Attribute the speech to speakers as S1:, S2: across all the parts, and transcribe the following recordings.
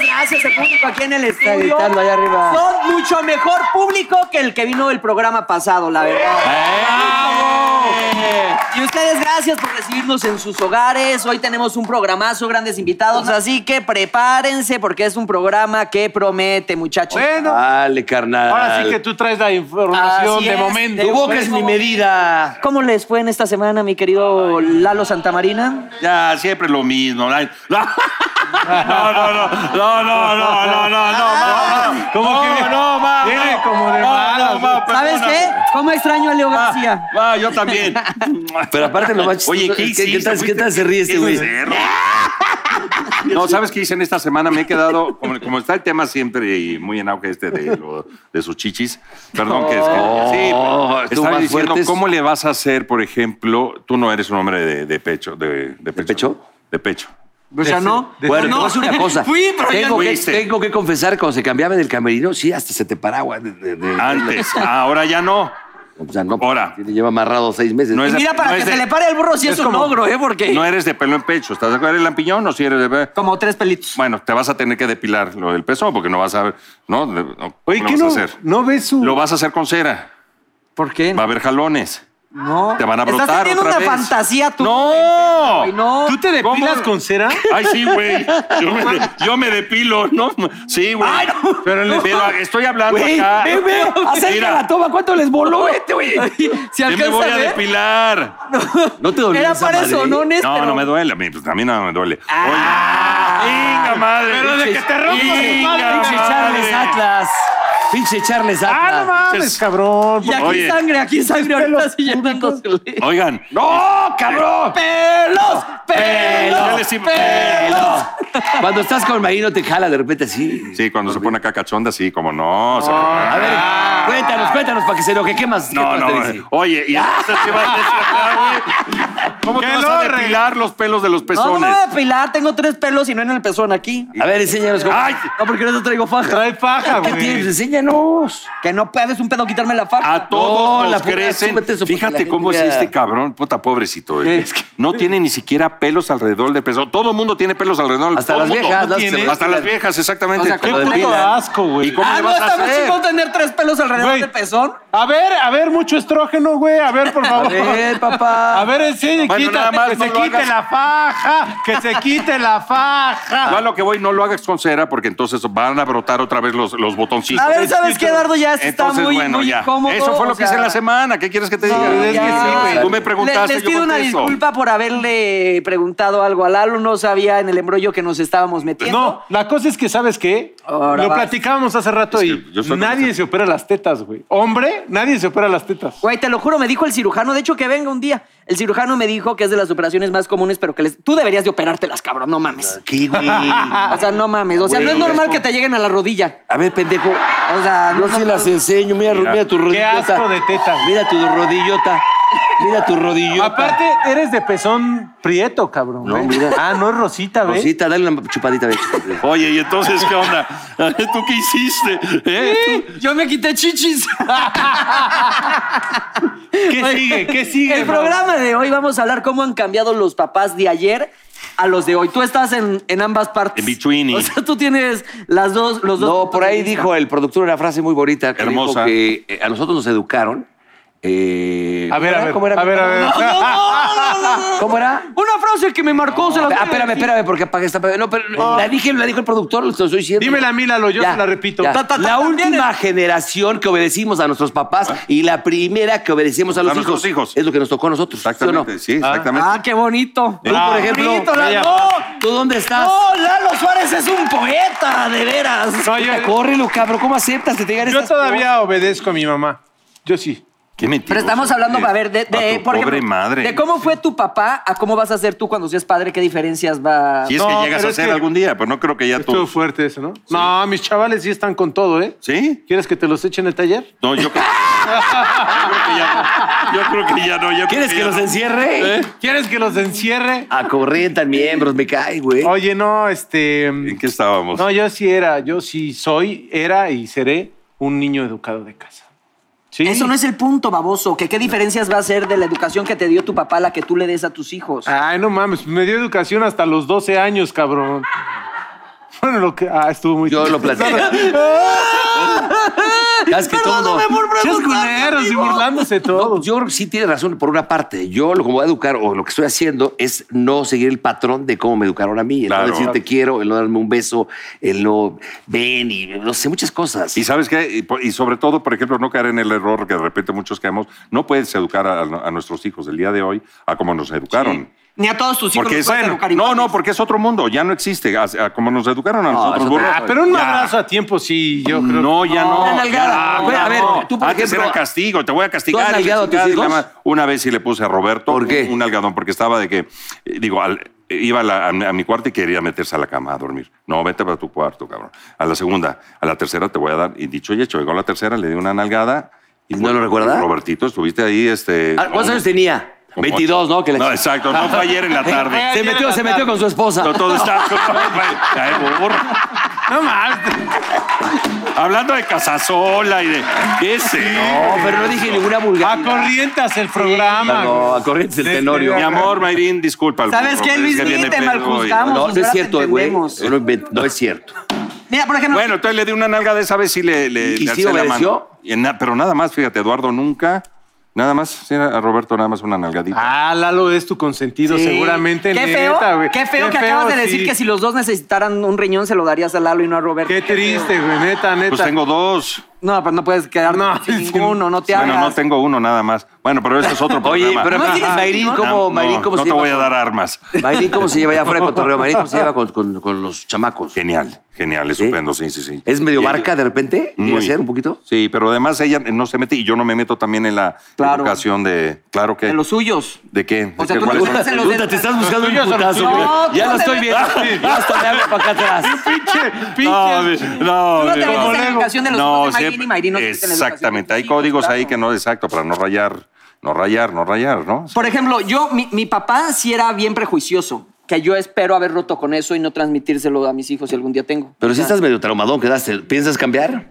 S1: gracias al público aquí en el estudio.
S2: gritando allá arriba.
S1: Son mucho mejor público que el que vino el programa pasado, la verdad.
S3: ¿Eh?
S1: Y ustedes, gracias por recibirnos en sus hogares. Hoy tenemos un programazo, grandes invitados. Así que prepárense porque es un programa que promete, muchachos.
S4: Bueno,
S2: Dale, carnal.
S4: ahora sí que tú traes la información
S1: Así
S4: de
S1: es,
S4: momento.
S1: de
S2: Tu boca es mi medida.
S1: ¿Cómo les fue en esta semana, mi querido Lalo Santamarina?
S5: Ya, siempre lo mismo. Ay, No, no, no, no, no, no, no, no, no, no, no. ¿Cómo que no, ma?
S4: Viene
S5: no.
S4: como de
S5: No,
S4: malas,
S5: no, ma,
S1: ¿Sabes
S5: perdona.
S1: qué? ¿Cómo extraño a Leo García?
S5: Ma, yo también.
S2: Pero aparte lo más
S5: Oye,
S2: chistoso
S5: ¿qué
S2: es que- ¿qué
S5: hiciste?
S2: tal- qué tal se ríe este
S5: ¿Qué
S2: güey?
S5: becerro?
S3: No, ¿sabes qué hice en esta semana? Me he quedado, como, como está el tema siempre y muy en auge este de, lo- de sus chichis, perdón que es que... Sí,
S2: Oh,
S3: estaba
S2: ¿tú más
S3: diciendo,
S2: fuertes?
S3: ¿cómo le vas a hacer, por ejemplo, tú no eres un hombre de, de pecho, de, de pecho?
S2: pecho?
S3: De pecho.
S1: O sea, no.
S2: Bueno, te voy a
S1: no.
S2: decir una cosa.
S1: Fui, pero ya
S2: tengo,
S1: no.
S2: que,
S3: fuiste.
S2: tengo que confesar, cuando se cambiaba en el camerino, sí, hasta se te paraba. de- de- de-
S3: Antes, ahora ya no.
S2: O sea, no.
S3: Ah, Ahora.
S2: tiene- Lleva amarrado seis meses.
S3: No es de-
S1: Mira, para
S3: no
S1: que
S3: es de-
S1: se le pare el burro si es,
S3: es
S1: un
S3: como-
S1: logro, ¿eh? Porque
S3: No eres de pelo en pecho, ¿estás de acuerdo? ¿Eres lampiñón o si eres de pe-
S1: como tres pelitos.
S3: Bueno, te vas a tener que depilar lo del pezón porque no vas a ver, ¿no? De- no
S4: Oye,
S3: lo
S4: ¿qué
S3: vas
S4: no,
S3: a hacer?
S4: no ves su...?
S3: Lo vas a hacer con cera.
S1: ¿Por qué?
S3: Va a haber jalones.
S1: No.
S3: Te van a brotar
S1: Estás teniendo
S3: otra vez.
S1: una fantasía tú.
S3: ¡No!
S1: Ay, no.
S4: ¿Tú te depilas
S3: ¿Cómo?
S4: con cera?
S3: Ay, sí, güey. Yo me, yo me depilo, ¿no? Sí, güey.
S1: Ay, no.
S3: Pero le- pero estoy hablando
S2: Güey,
S3: acá.
S2: ve, ve, acerca
S3: Mira.
S2: la toma, ¿cuánto les voló? Vete, güey.
S1: este, Si
S3: Yo me
S1: alcanza
S3: voy
S1: a
S3: a
S1: ver.
S3: depilar.
S2: No te dolió
S1: Era
S2: esa
S1: para
S2: madre?
S1: eso, este, no, Néstor.
S3: No, no me duele. A mí, pues, a mí no me duele. Oye, ¡Venga, madre!
S4: Pero de que te rompas el
S3: ¡Venga,
S2: Pinche Charles
S3: madre!
S2: Atlas. Pinche Charles
S4: Ah, no
S2: Atlas.
S4: mames,
S3: Entonces-
S4: cabrón.
S1: Y aquí
S3: Oye. Oh.
S1: sangre, aquí sangre ahorita sí llenándosele.
S3: Oigan. ¡No, cabrón!
S1: ¡Pelos!
S3: Ya
S1: ¡Pelos!
S3: les iba-
S2: Cuando estás con Marino te jala de repente así.
S3: Sí, cuando se pone acá cachonda, sí, como no. se-
S2: A ver,
S3: Ah.
S2: cuéntanos, cuéntanos para que se enoje. ¿Qué más?
S3: No,
S2: qué
S3: no.
S2: más te
S3: güey.
S2: dice?
S3: Oye, y entonces te vas a depilar, güey. ¿Cómo te
S4: ¡Que
S3: vas
S4: lo
S3: a
S4: re-
S3: depilar los pelos de los
S1: No, no me
S3: pezones?
S1: voy a depilar, tengo tres pelos y no en el pezón aquí.
S2: A ver, enséñanos cómo.
S3: ¡Ay!
S1: No, porque no te traigo faja.
S4: Trae
S3: Ah,
S4: paja,
S2: ¿Qué tienes?
S4: güey.
S2: Enséñanos.
S1: Que no puedes un pedo quitarme la faja.
S3: A todos
S2: No, la
S3: nos
S2: puta,
S3: crecen.
S2: súbete eso para que la
S3: Fíjate
S2: gente
S3: cómo es
S2: vea.
S3: este cabrón, puta pobrecito. eh. Es que no tiene ni siquiera pelos alrededor del pezón. Todo el mundo tiene pelos alrededor del
S2: Hasta
S3: todo
S2: las
S3: mundo.
S2: viejas, ¿no?
S3: Tiene-
S2: Se-
S3: Hasta las viejas, exactamente.
S2: O sea,
S3: ¿Qué
S2: como
S3: puto
S2: depilan.
S4: asco, güey.
S3: ¿Y cómo
S1: Ah,
S3: le
S1: no,
S3: vas a
S1: está muy
S3: hacer?
S1: chingón tener tres pelos alrededor
S4: Güey.
S1: del pezón.
S4: A ver, a ver, mucho estrógeno, güey. A ver, por
S2: A
S4: favor.
S2: ver, papá.
S4: A ver, enseñe,
S3: Bueno,
S4: quita,
S3: nada más
S4: que
S3: no
S4: se
S3: lo
S4: quite
S3: hagas.
S4: la faja, que se quite la
S3: Yo a
S4: faja.
S3: lo que voy, no lo hagas con cera, porque entonces van a brotar otra vez los, los botoncitos.
S1: A ver, ¿sabes qué, Eduardo? Ya se está
S3: Entonces,
S1: muy,
S3: bueno,
S1: muy
S3: ya.
S1: incómodo.
S3: Eso fue lo
S1: o
S3: que hice
S1: sea,
S3: en la semana. ¿Qué quieres que te diga?
S4: No, es que sí, güey.
S3: Tú me preguntaste,
S1: Le- Les
S3: yo
S1: pido una
S3: contesto.
S1: disculpa por haberle preguntado algo a Lalo. No sabía en el embrollo que nos estábamos metiendo.
S4: No, la cosa es que, ¿sabes qué?
S1: Ahora
S4: lo
S1: vas.
S4: platicábamos hace rato
S3: Es que
S4: y
S3: yo soy
S4: nadie se opera las tetas, güey. Hombre, nadie se opera las tetas.
S1: Güey, te lo juro, me dijo el cirujano. De hecho, que venga un día. El cirujano me dijo que es de las operaciones más comunes, pero que les... tú deberías de operártelas, cabrón. No mames.
S2: ¿Qué, güey?
S1: Ah, O sea, no mames. O sea, no es normal que te lleguen a la rodilla.
S2: A ver, pendejo.
S1: O sea,
S2: Yo
S1: no,
S2: sí
S1: no-
S2: las enseño. Mira, mira, tu
S4: Qué
S2: rodillota.
S4: asco de tetas.
S2: Mira tu rodillota. Mira tu rodillota.
S4: Aparte, eres de pezón prieto, cabrón.
S2: No,
S1: ¿eh?
S4: güey.
S2: mira.
S4: Ah, no es Rosita, ¿ves?
S2: Rosita, dale una chupadita. ve, chupadita.
S3: Oye, ¿y entonces qué onda? ¿Tú qué hiciste? ¿Eh? ¿Tú?
S1: Yo me quité chichis.
S4: ¿Qué sigue? ¿Qué sigue?
S1: El
S4: bro?
S1: programa de hoy vamos a hablar cómo han cambiado los papás de ayer a los de hoy. Tú estás en, en ambas partes.
S3: En between.
S1: O sea, tú tienes las dos, los dos.
S2: No, por ahí dijo el productor una frase muy bonita. Que
S3: Hermosa.
S2: dijo que eh, a nosotros nos educaron. eh,
S4: A ver, a ver,
S2: ¿Cómo era?
S4: a ver, a ver.
S1: No, no, no, no, no, no.
S2: ¿Cómo era?
S1: Una frase que me marcó. se la voy
S2: Ah,
S1: a
S2: espérame,
S1: decir.
S2: espérame, porque apagué esta. No, pero la dije, la dijo el productor, lo estoy diciendo.
S4: Dímela a mí, Lalo, yo
S2: Ya,
S4: te la repito.
S2: ya.
S1: Ta, ta, ta,
S2: la
S1: también
S2: última generación que obedecimos a nuestros papás y la primera que obedecimos a los hijos.
S3: nuestros hijos.
S2: Es lo que nos tocó a nosotros. ¿sí o no?
S3: Exactamente, sí, exactamente.
S1: Ah, qué bonito. Ah,
S2: Tú, por ejemplo,
S1: Bonito, la-
S4: ella-
S1: no,
S2: ¿Tú dónde estás?
S1: no, Lalo Suárez es un poeta, de veras.
S4: No, yo,
S2: Córrelo, cabrón. ¿Cómo aceptas que te digan
S4: yo
S2: estas
S4: todavía obedezco a mi mamá. Yo sí.
S3: Qué mentiroso
S1: Pero estamos hablando,
S3: eres.
S1: a ver, de, de-
S3: A tu
S1: por
S3: pobre
S1: ejemplo,
S3: madre.
S1: de cómo fue tu papá a cómo vas a ser tú cuando seas padre, qué diferencias va.
S3: Si es
S4: No,
S3: que llegas
S4: pero
S3: a
S4: es
S3: hacer
S4: que-
S3: algún día, pero no creo que ya
S4: Estuvo
S3: tú.
S4: fuerte eso, ¿no? No, mis chavales sí están con todo, ¿eh?
S3: ¿Sí?
S4: ¿Quieres que te los eche en el taller?
S3: No, yo creo, yo creo que ya no. Yo creo que ya no. yo creo
S2: ¿Quieres que
S3: ya
S2: los
S3: no.
S4: ¿Eh?
S2: encierre?
S4: ¿Quieres que los encierre?
S2: Acorrientan miembros, me cae, güey.
S4: Oye, no, este...
S3: ¿En qué estábamos?
S4: No, yo sí era, yo sí soy, era y seré un niño educado de casa. ¿Sí?
S1: Eso no es el punto, baboso, que qué diferencias va a ser de la educación que te dio tu papá a la que tú
S4: Ah,
S1: le des a tus hijos.
S4: Ay, no mames, me dio educación hasta los 12 años, cabrón. Bueno, lo que. Ah, estuvo muy.
S2: Yo lo platico. ¿Sabes que todo?
S1: Perdóname por
S4: Chas
S1: preguntar.
S4: culeros y burlándose
S2: No,
S4: todos.
S2: yo creo que sí tiene razón por una parte. Yo lo que voy a educar o lo que estoy haciendo es no seguir el patrón de cómo me educaron a mí. El
S3: Claro.
S2: no decir te quiero, el no darme un beso, el no ven y no sé, muchas cosas.
S3: Y sabes qué, y, po- y sobre todo, por ejemplo, no caer en el error que de repente muchos caemos, no puedes educar a, a nuestros hijos del día de hoy a como nos educaron.
S1: Ni a todos tus hijos
S3: Porque
S1: los
S3: es,
S1: puedes educar
S3: no,
S1: igual.
S3: no, porque es otro mundo, ya no existe, a- a como nos educaron a nosotros.
S2: eso
S3: burros.
S4: Ah, pero un
S3: Ya.
S4: abrazo a tiempo, sí, yo creo.
S3: No, ya no.
S1: la nalgada.
S3: Ya,
S1: Ah,
S3: ya
S1: bueno,
S2: a ver,
S3: no.
S2: tú, por
S3: Antes
S2: ejemplo,
S3: era castigo, te voy a castigar.
S2: ¿tú has
S3: y la
S2: nalgueado a tus
S3: chingada y la
S2: hijos?
S3: madre. Una vez sí le puse a Roberto
S2: ¿Por qué?
S3: un nalgadón, porque estaba de que, eh, digo, al- iba a, la- a mi- a mi cuarto y quería meterse a la cama a dormir. No, vete para tu cuarto, cabrón. A la segunda, a la tercera te voy a dar. Y dicho y hecho, llegó la tercera, le di una nalgada. Y
S2: ¿No lo recuerda?
S3: Robertito, estuviste ahí, este...
S2: Ah, ¿Cuántos años tenía?
S3: Como
S2: 22, ¿no? Que la-
S3: No, exacto, no fue ayer en la tarde.
S2: se metió, se metió con su esposa.
S3: No, todo está. Ay, burro.
S4: No más.
S3: Hablando de Casasola y de. ¿Qué es
S2: No,
S3: eso?
S2: pero no dije ninguna vulgaridad.
S4: Acorrientas el programa. Este,
S2: No, a corrientes el
S4: Desde
S2: tenorio.
S3: Mi amor, Mayrín, disculpa. el
S1: ¿Sabes
S3: burro,
S1: qué,
S3: es
S1: Luis?
S3: que
S1: Ni
S3: viene
S1: te
S3: pedo
S1: maljuzgamos.
S2: No, no es
S1: Ahora te
S2: cierto, güey. No,
S1: entendemos.
S2: lo invento, no es cierto.
S1: Mira, por
S3: y-
S1: ejemplo,
S3: Bueno, entonces le di una nalga de esa vez y le, le,
S2: ¿Y
S3: le
S2: sí
S3: alcé la
S2: obedeció?
S3: mano. Y na- pero nada más, fíjate, Eduardo nunca. Nada más, sí, a Roberto nada más una nalgadita.
S4: Ah, Lalo es tu consentido,
S1: Sí.
S4: pues, seguramente.
S1: Qué feo,
S4: neta, güey.
S1: qué feo que acabas de decir
S4: sí.
S1: que si los dos necesitaran un riñón se lo darías a Lalo y no a Roberto.
S4: Qué triste, güey, neta, neta.
S3: pues tengo dos.
S1: No, pero no puedes quedar
S4: No,
S1: sin
S4: sí.
S1: ninguno, no te
S3: Bueno,
S1: hagas.
S3: no tengo uno nada más. Bueno, pero eso es otro
S2: Oye,
S3: problema.
S2: pero
S1: No tienes
S2: Mayrín,
S1: opinión.
S2: ¿cómo,
S3: No,
S2: Mayrín, cómo
S3: no
S2: se
S3: te
S2: lleva
S3: voy a
S2: con-
S3: dar armas.
S2: Mayrín, ¿cómo se lleva ya fuera de cotorreo? Mayrín, ¿cómo se lleva con, con- con los chamacos?
S3: Genial, genial, estupendo, sí, sí, sí.
S2: ¿Es medio
S3: Y-
S2: barca de repente? ¿Llega a
S3: Muy.
S2: ser un poquito?
S3: Sí, pero además ella no se mete y yo no me meto también en la
S1: Claro.
S3: educación de. Claro que.
S1: De los suyos.
S3: ¿De qué?
S1: O
S3: ¿De
S1: sea,
S3: qué?
S1: tú no
S3: ¿Cuáles
S1: te
S3: son?
S1: metes en los
S2: Puta,
S1: dedos.
S2: te estás buscando un
S4: tuyos son
S2: putazo,
S4: tuyos.
S2: güey.
S1: No, pues,
S2: Ya
S1: tú
S2: lo
S1: te
S2: estoy viendo. Ya hasta me hago para acá atrás.
S3: No,
S4: Pinches.
S3: mi- no,
S1: Tú no te
S3: mi-
S1: metes en la
S3: no.
S1: educación de los
S3: No,
S1: hijos de Mayrin
S3: siempre-
S1: y Mayrin no se mete en la educación
S3: Exactamente,
S1: de
S3: hay
S1: sus hijos,
S3: códigos ahí
S1: claro.
S3: que no, exacto, para no rayar, no rayar, no rayar, ¿no?
S1: Por ejemplo, yo, mi, mi papá sí era bien prejuicioso, que yo espero haber roto con eso y no transmitírselo a mis hijos si algún día tengo.
S2: Pero si estás medio traumadón, quedaste. ¿Piensas cambiar?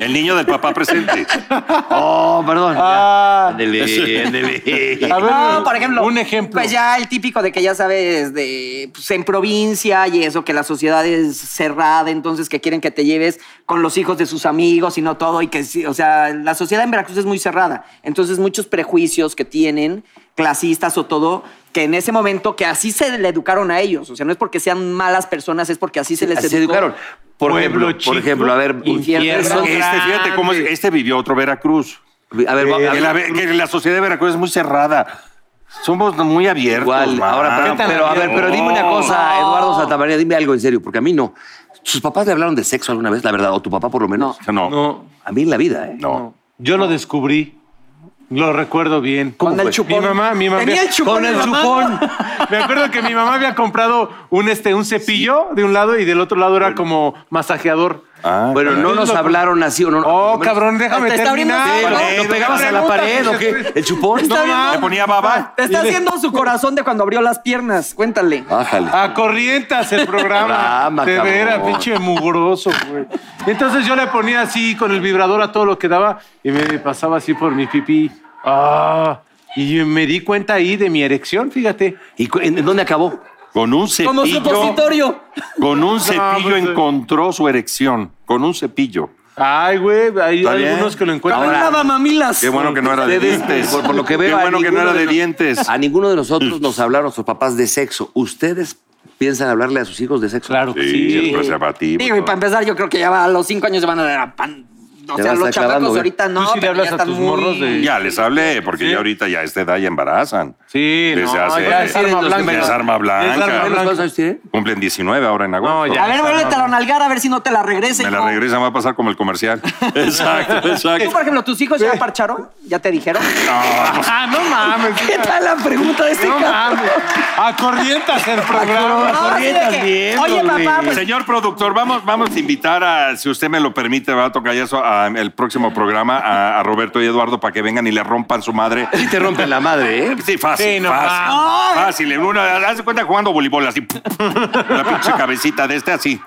S3: El niño del papá presente.
S2: Oh, perdón.
S4: Ah.
S2: Ándele,
S4: A
S2: ándele.
S4: ver,
S1: No, por ejemplo.
S4: Un ejemplo.
S1: Pues ya el típico de que ya sabes, de pues, en provincia y eso, que la sociedad es cerrada, entonces que quieren que te lleves con los hijos de sus amigos y no todo, y que sí, o sea, la sociedad en Veracruz es muy cerrada. Entonces, muchos prejuicios que tienen, clasistas o todo, que en ese momento, que así se le educaron a ellos. O sea, no es porque sean malas personas, es porque así se les
S2: Así se
S1: educó.
S2: educaron. Por
S4: Pueblo
S2: ejemplo, por
S4: chico,
S2: ejemplo, a ver,
S4: infierno
S2: eso-
S3: Este, fíjate cómo es, este vivió otro Veracruz.
S2: a
S4: Eh,
S2: ver, va- a
S3: Que la,
S2: ver,
S3: que la sociedad de Veracruz es muy cerrada. Somos muy abiertos.
S2: igual.
S3: man.
S2: Ahora, pero,
S4: tan
S2: pero, a ver,
S4: abierto?
S2: pero dime una
S3: No.
S2: cosa, Eduardo Santamaría, dime algo en serio, porque a mí no. ¿Sus papás le hablaron de sexo alguna vez, la verdad? ¿O tu papá por lo menos?
S3: No, no.
S4: No,
S2: A mí en la vida, ¿eh?
S4: yo lo descubrí. Lo recuerdo bien.
S1: Con el chupón.
S4: Mi mamá, mi mamá.
S1: Tenía el chupón
S4: Con
S1: en
S4: el
S1: la mano.
S4: chupón. Me acuerdo que mi mamá había comprado un, este, un cepillo de un lado y del otro lado era como masajeador.
S3: Ah,
S2: Bueno,
S3: caray.
S2: no nos hablaron así o no.
S4: Oh,
S2: por lo menos-
S4: cabrón, déjame
S1: Te está abriendo
S4: terminar.
S1: un
S2: Pero,
S1: Ah,
S2: ¿Lo
S1: no,
S2: pegabas a la
S4: pregunta,
S2: pared o qué? ¿El chupón?
S4: No,
S1: bien.
S4: ma.
S3: ¿Le ponía baba?
S1: Te está haciendo su corazón de cuando abrió las piernas. Cuéntale.
S2: Bájale.
S4: A corrientas el programa.
S2: Programa,
S4: De
S2: cabrón.
S4: veras, pinche mugroso, güey. Entonces yo le ponía así con el vibrador a todo lo que daba y me pasaba así por mi pipí. Ah, y me di cuenta ahí de mi erección, fíjate.
S2: ¿Y cu- en en dónde acabó?
S3: Con un
S1: Como
S3: cepillo.
S1: supositorio.
S3: Con un cepillo
S4: pues, eh.
S3: encontró su erección. Con un cepillo.
S4: Ay, güey, hay
S3: Está bien.
S4: algunos que lo
S1: Como
S4: encuentran.
S1: un lavamamilas.
S3: Qué bueno que no era de
S2: Ustedes,
S3: dientes.
S2: Por, por lo que
S3: Qué
S2: veo. a
S3: bueno que no
S2: ninguno
S3: era de
S2: nos-
S3: dientes.
S2: A ninguno de nosotros nos hablaron sus papás de sexo. ¿Ustedes piensan hablarle a sus hijos de sexo?
S4: Claro que
S3: Sí,
S4: sí.
S3: el preservativo.
S1: Digo, y para empezar, yo creo que ya va, a los cinco años ya van a dar a pan. O
S2: Te
S1: sea,
S2: vas
S1: los
S2: aclarando, güey.
S1: chamacos ahorita no.
S4: Tú sí le
S1: pero
S4: hablas
S1: ya
S4: a
S1: están
S4: tus
S1: muy-
S4: morros de-
S3: Ya les hablé, porque ya ahorita ya a esta edad ya embarazan.
S4: Sí,
S3: Les
S4: no,
S3: hace-
S4: ya es arma
S2: Les
S4: blanca.
S3: es arma blanca.
S4: Es arma
S2: ¿Menos
S4: blanca.
S2: cuántos años tiene?
S3: Cumplen 19 ahora en agosto.
S4: No, ya.
S1: A ver, vuélvete a la nalgar a ver si no te la regresa.
S3: Me la
S1: hijo.
S3: regresa, me va a pasar como el comercial. exacto,
S1: ¿Tú,
S3: exacto.
S1: por ejemplo, tus hijos ya parcharon? ¿Ya te dijeron?
S4: Ah, no mames.
S1: ¿Qué tal la pregunta de este
S4: No
S1: cabrón?
S4: mames. A corrientas el programa.
S1: No, así de que, Oye, papá, pues
S3: Señor productor, vamos, vamos a invitar a, si usted me lo permite, va a tocar eso al próximo programa a, a Roberto y Eduardo para que vengan y le rompan su madre.
S2: Sí te rompen la madre, ¿eh?
S3: Sí, fácil,
S4: Sí, no,
S3: fácil. Fácil, en una, haz de cuenta jugando voleibol así. La pinche cabecita de este así.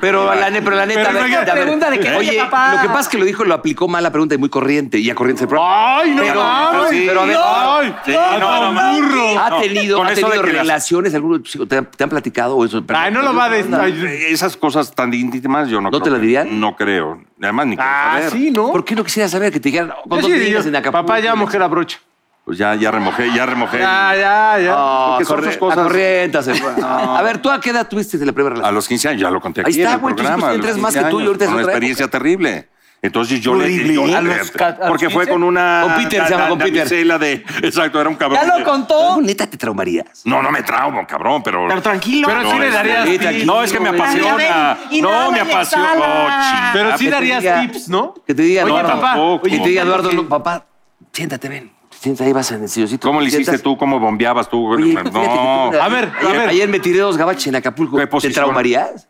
S2: Pero la, ne- pero la neta,
S4: Pero
S2: a ver,
S4: imagínate,
S2: a ver.
S1: pregunta de que, oye,
S2: oye,
S1: papá.
S2: lo que pasa es que lo dijo, lo aplicó mal la pregunta y muy corriente y a corriente se
S4: ¡Ay, no
S2: Pero-
S4: mames!
S2: sí, pero a ver-
S4: ¡Ay,
S3: ah, Sí,
S4: no,
S3: no, no,
S4: no, burro!
S2: ¿Ha
S3: No,
S2: tenido,
S3: con
S2: ha
S3: eso
S2: tenido
S3: de que las-
S2: relaciones? ¿Alguno de tus hijos te, han- te han platicado o eso?
S4: Ay, no lo va a decir. Ay,
S3: Esas cosas tan íntimas yo no,
S2: ¿No
S3: creo
S2: te lo
S3: que-
S2: dirían?
S3: No creo. Además, ni quiero
S4: Ah,
S3: saber.
S4: sí, ¿no?
S2: ¿Por qué no quisiera saber que te digan con
S4: Yo
S2: dos
S4: sí
S2: niñas
S4: diría,
S2: en Acapulco?
S4: Papá, ya mojé la brocha.
S3: Pues ya, ya remojé, ya remojé.
S4: Ya, ya, ya.
S2: Ah,
S3: Porque son
S2: corre-
S3: sus cosas.
S2: acorriéntase, pues. A ver, ¿tú a qué edad tuviste la primera
S3: A
S2: relación?
S3: los 15 años, ya lo conté
S2: Ahí
S3: aquí
S2: está,
S3: en el
S2: güey, tus hijos
S3: programa. a
S2: tienen
S3: los
S2: tres más
S3: 15
S2: que tú y
S3: años,
S2: ahorita es
S3: Una
S2: otra
S3: experiencia terrible. Entonces yo le... yo-
S4: A los ca- a los
S3: porque fue
S4: 15.
S3: con una...
S2: Con Peter, se llama,
S3: da-
S2: con
S3: da-
S2: Peter.
S3: damisela de... Exacto, era un cabrón.
S1: Ya lo
S3: de-
S1: contó.
S2: neta, te traumarías.
S3: No, no me traumo, cabrón, pero...
S1: Pero tranquilo.
S4: Pero sí le
S3: es-
S4: darías
S2: sí,
S4: tips.
S3: No, es que me
S2: güey.
S3: apasiona.
S1: Y nada,
S3: No, me
S1: y
S3: apasiona.
S1: exhala.
S3: Oh,
S4: Pero sí
S2: Ah, que te
S4: darías
S2: diga-
S4: tips, ¿no?
S2: Que te diga,
S4: Oye,
S2: Eduardo,
S4: papá.
S3: tampoco.
S4: Oye,
S2: que te
S4: fíjate
S2: diga, Eduardo,
S4: que-
S2: no, papá, siéntate, ven. Siéntate, ahí vas en el silloncito.
S3: ¿Cómo le hiciste
S2: Siéntate.
S3: tú? ¿Cómo bombeabas tú?
S2: Oye, fíjate que
S3: no. pues,
S2: tú-
S4: A ver, a
S2: ayer,
S4: ver.
S2: ayer me tiré dos gabachos en Acapulco.
S3: ¿Qué
S2: ¿Te
S3: posición?
S2: traumarías?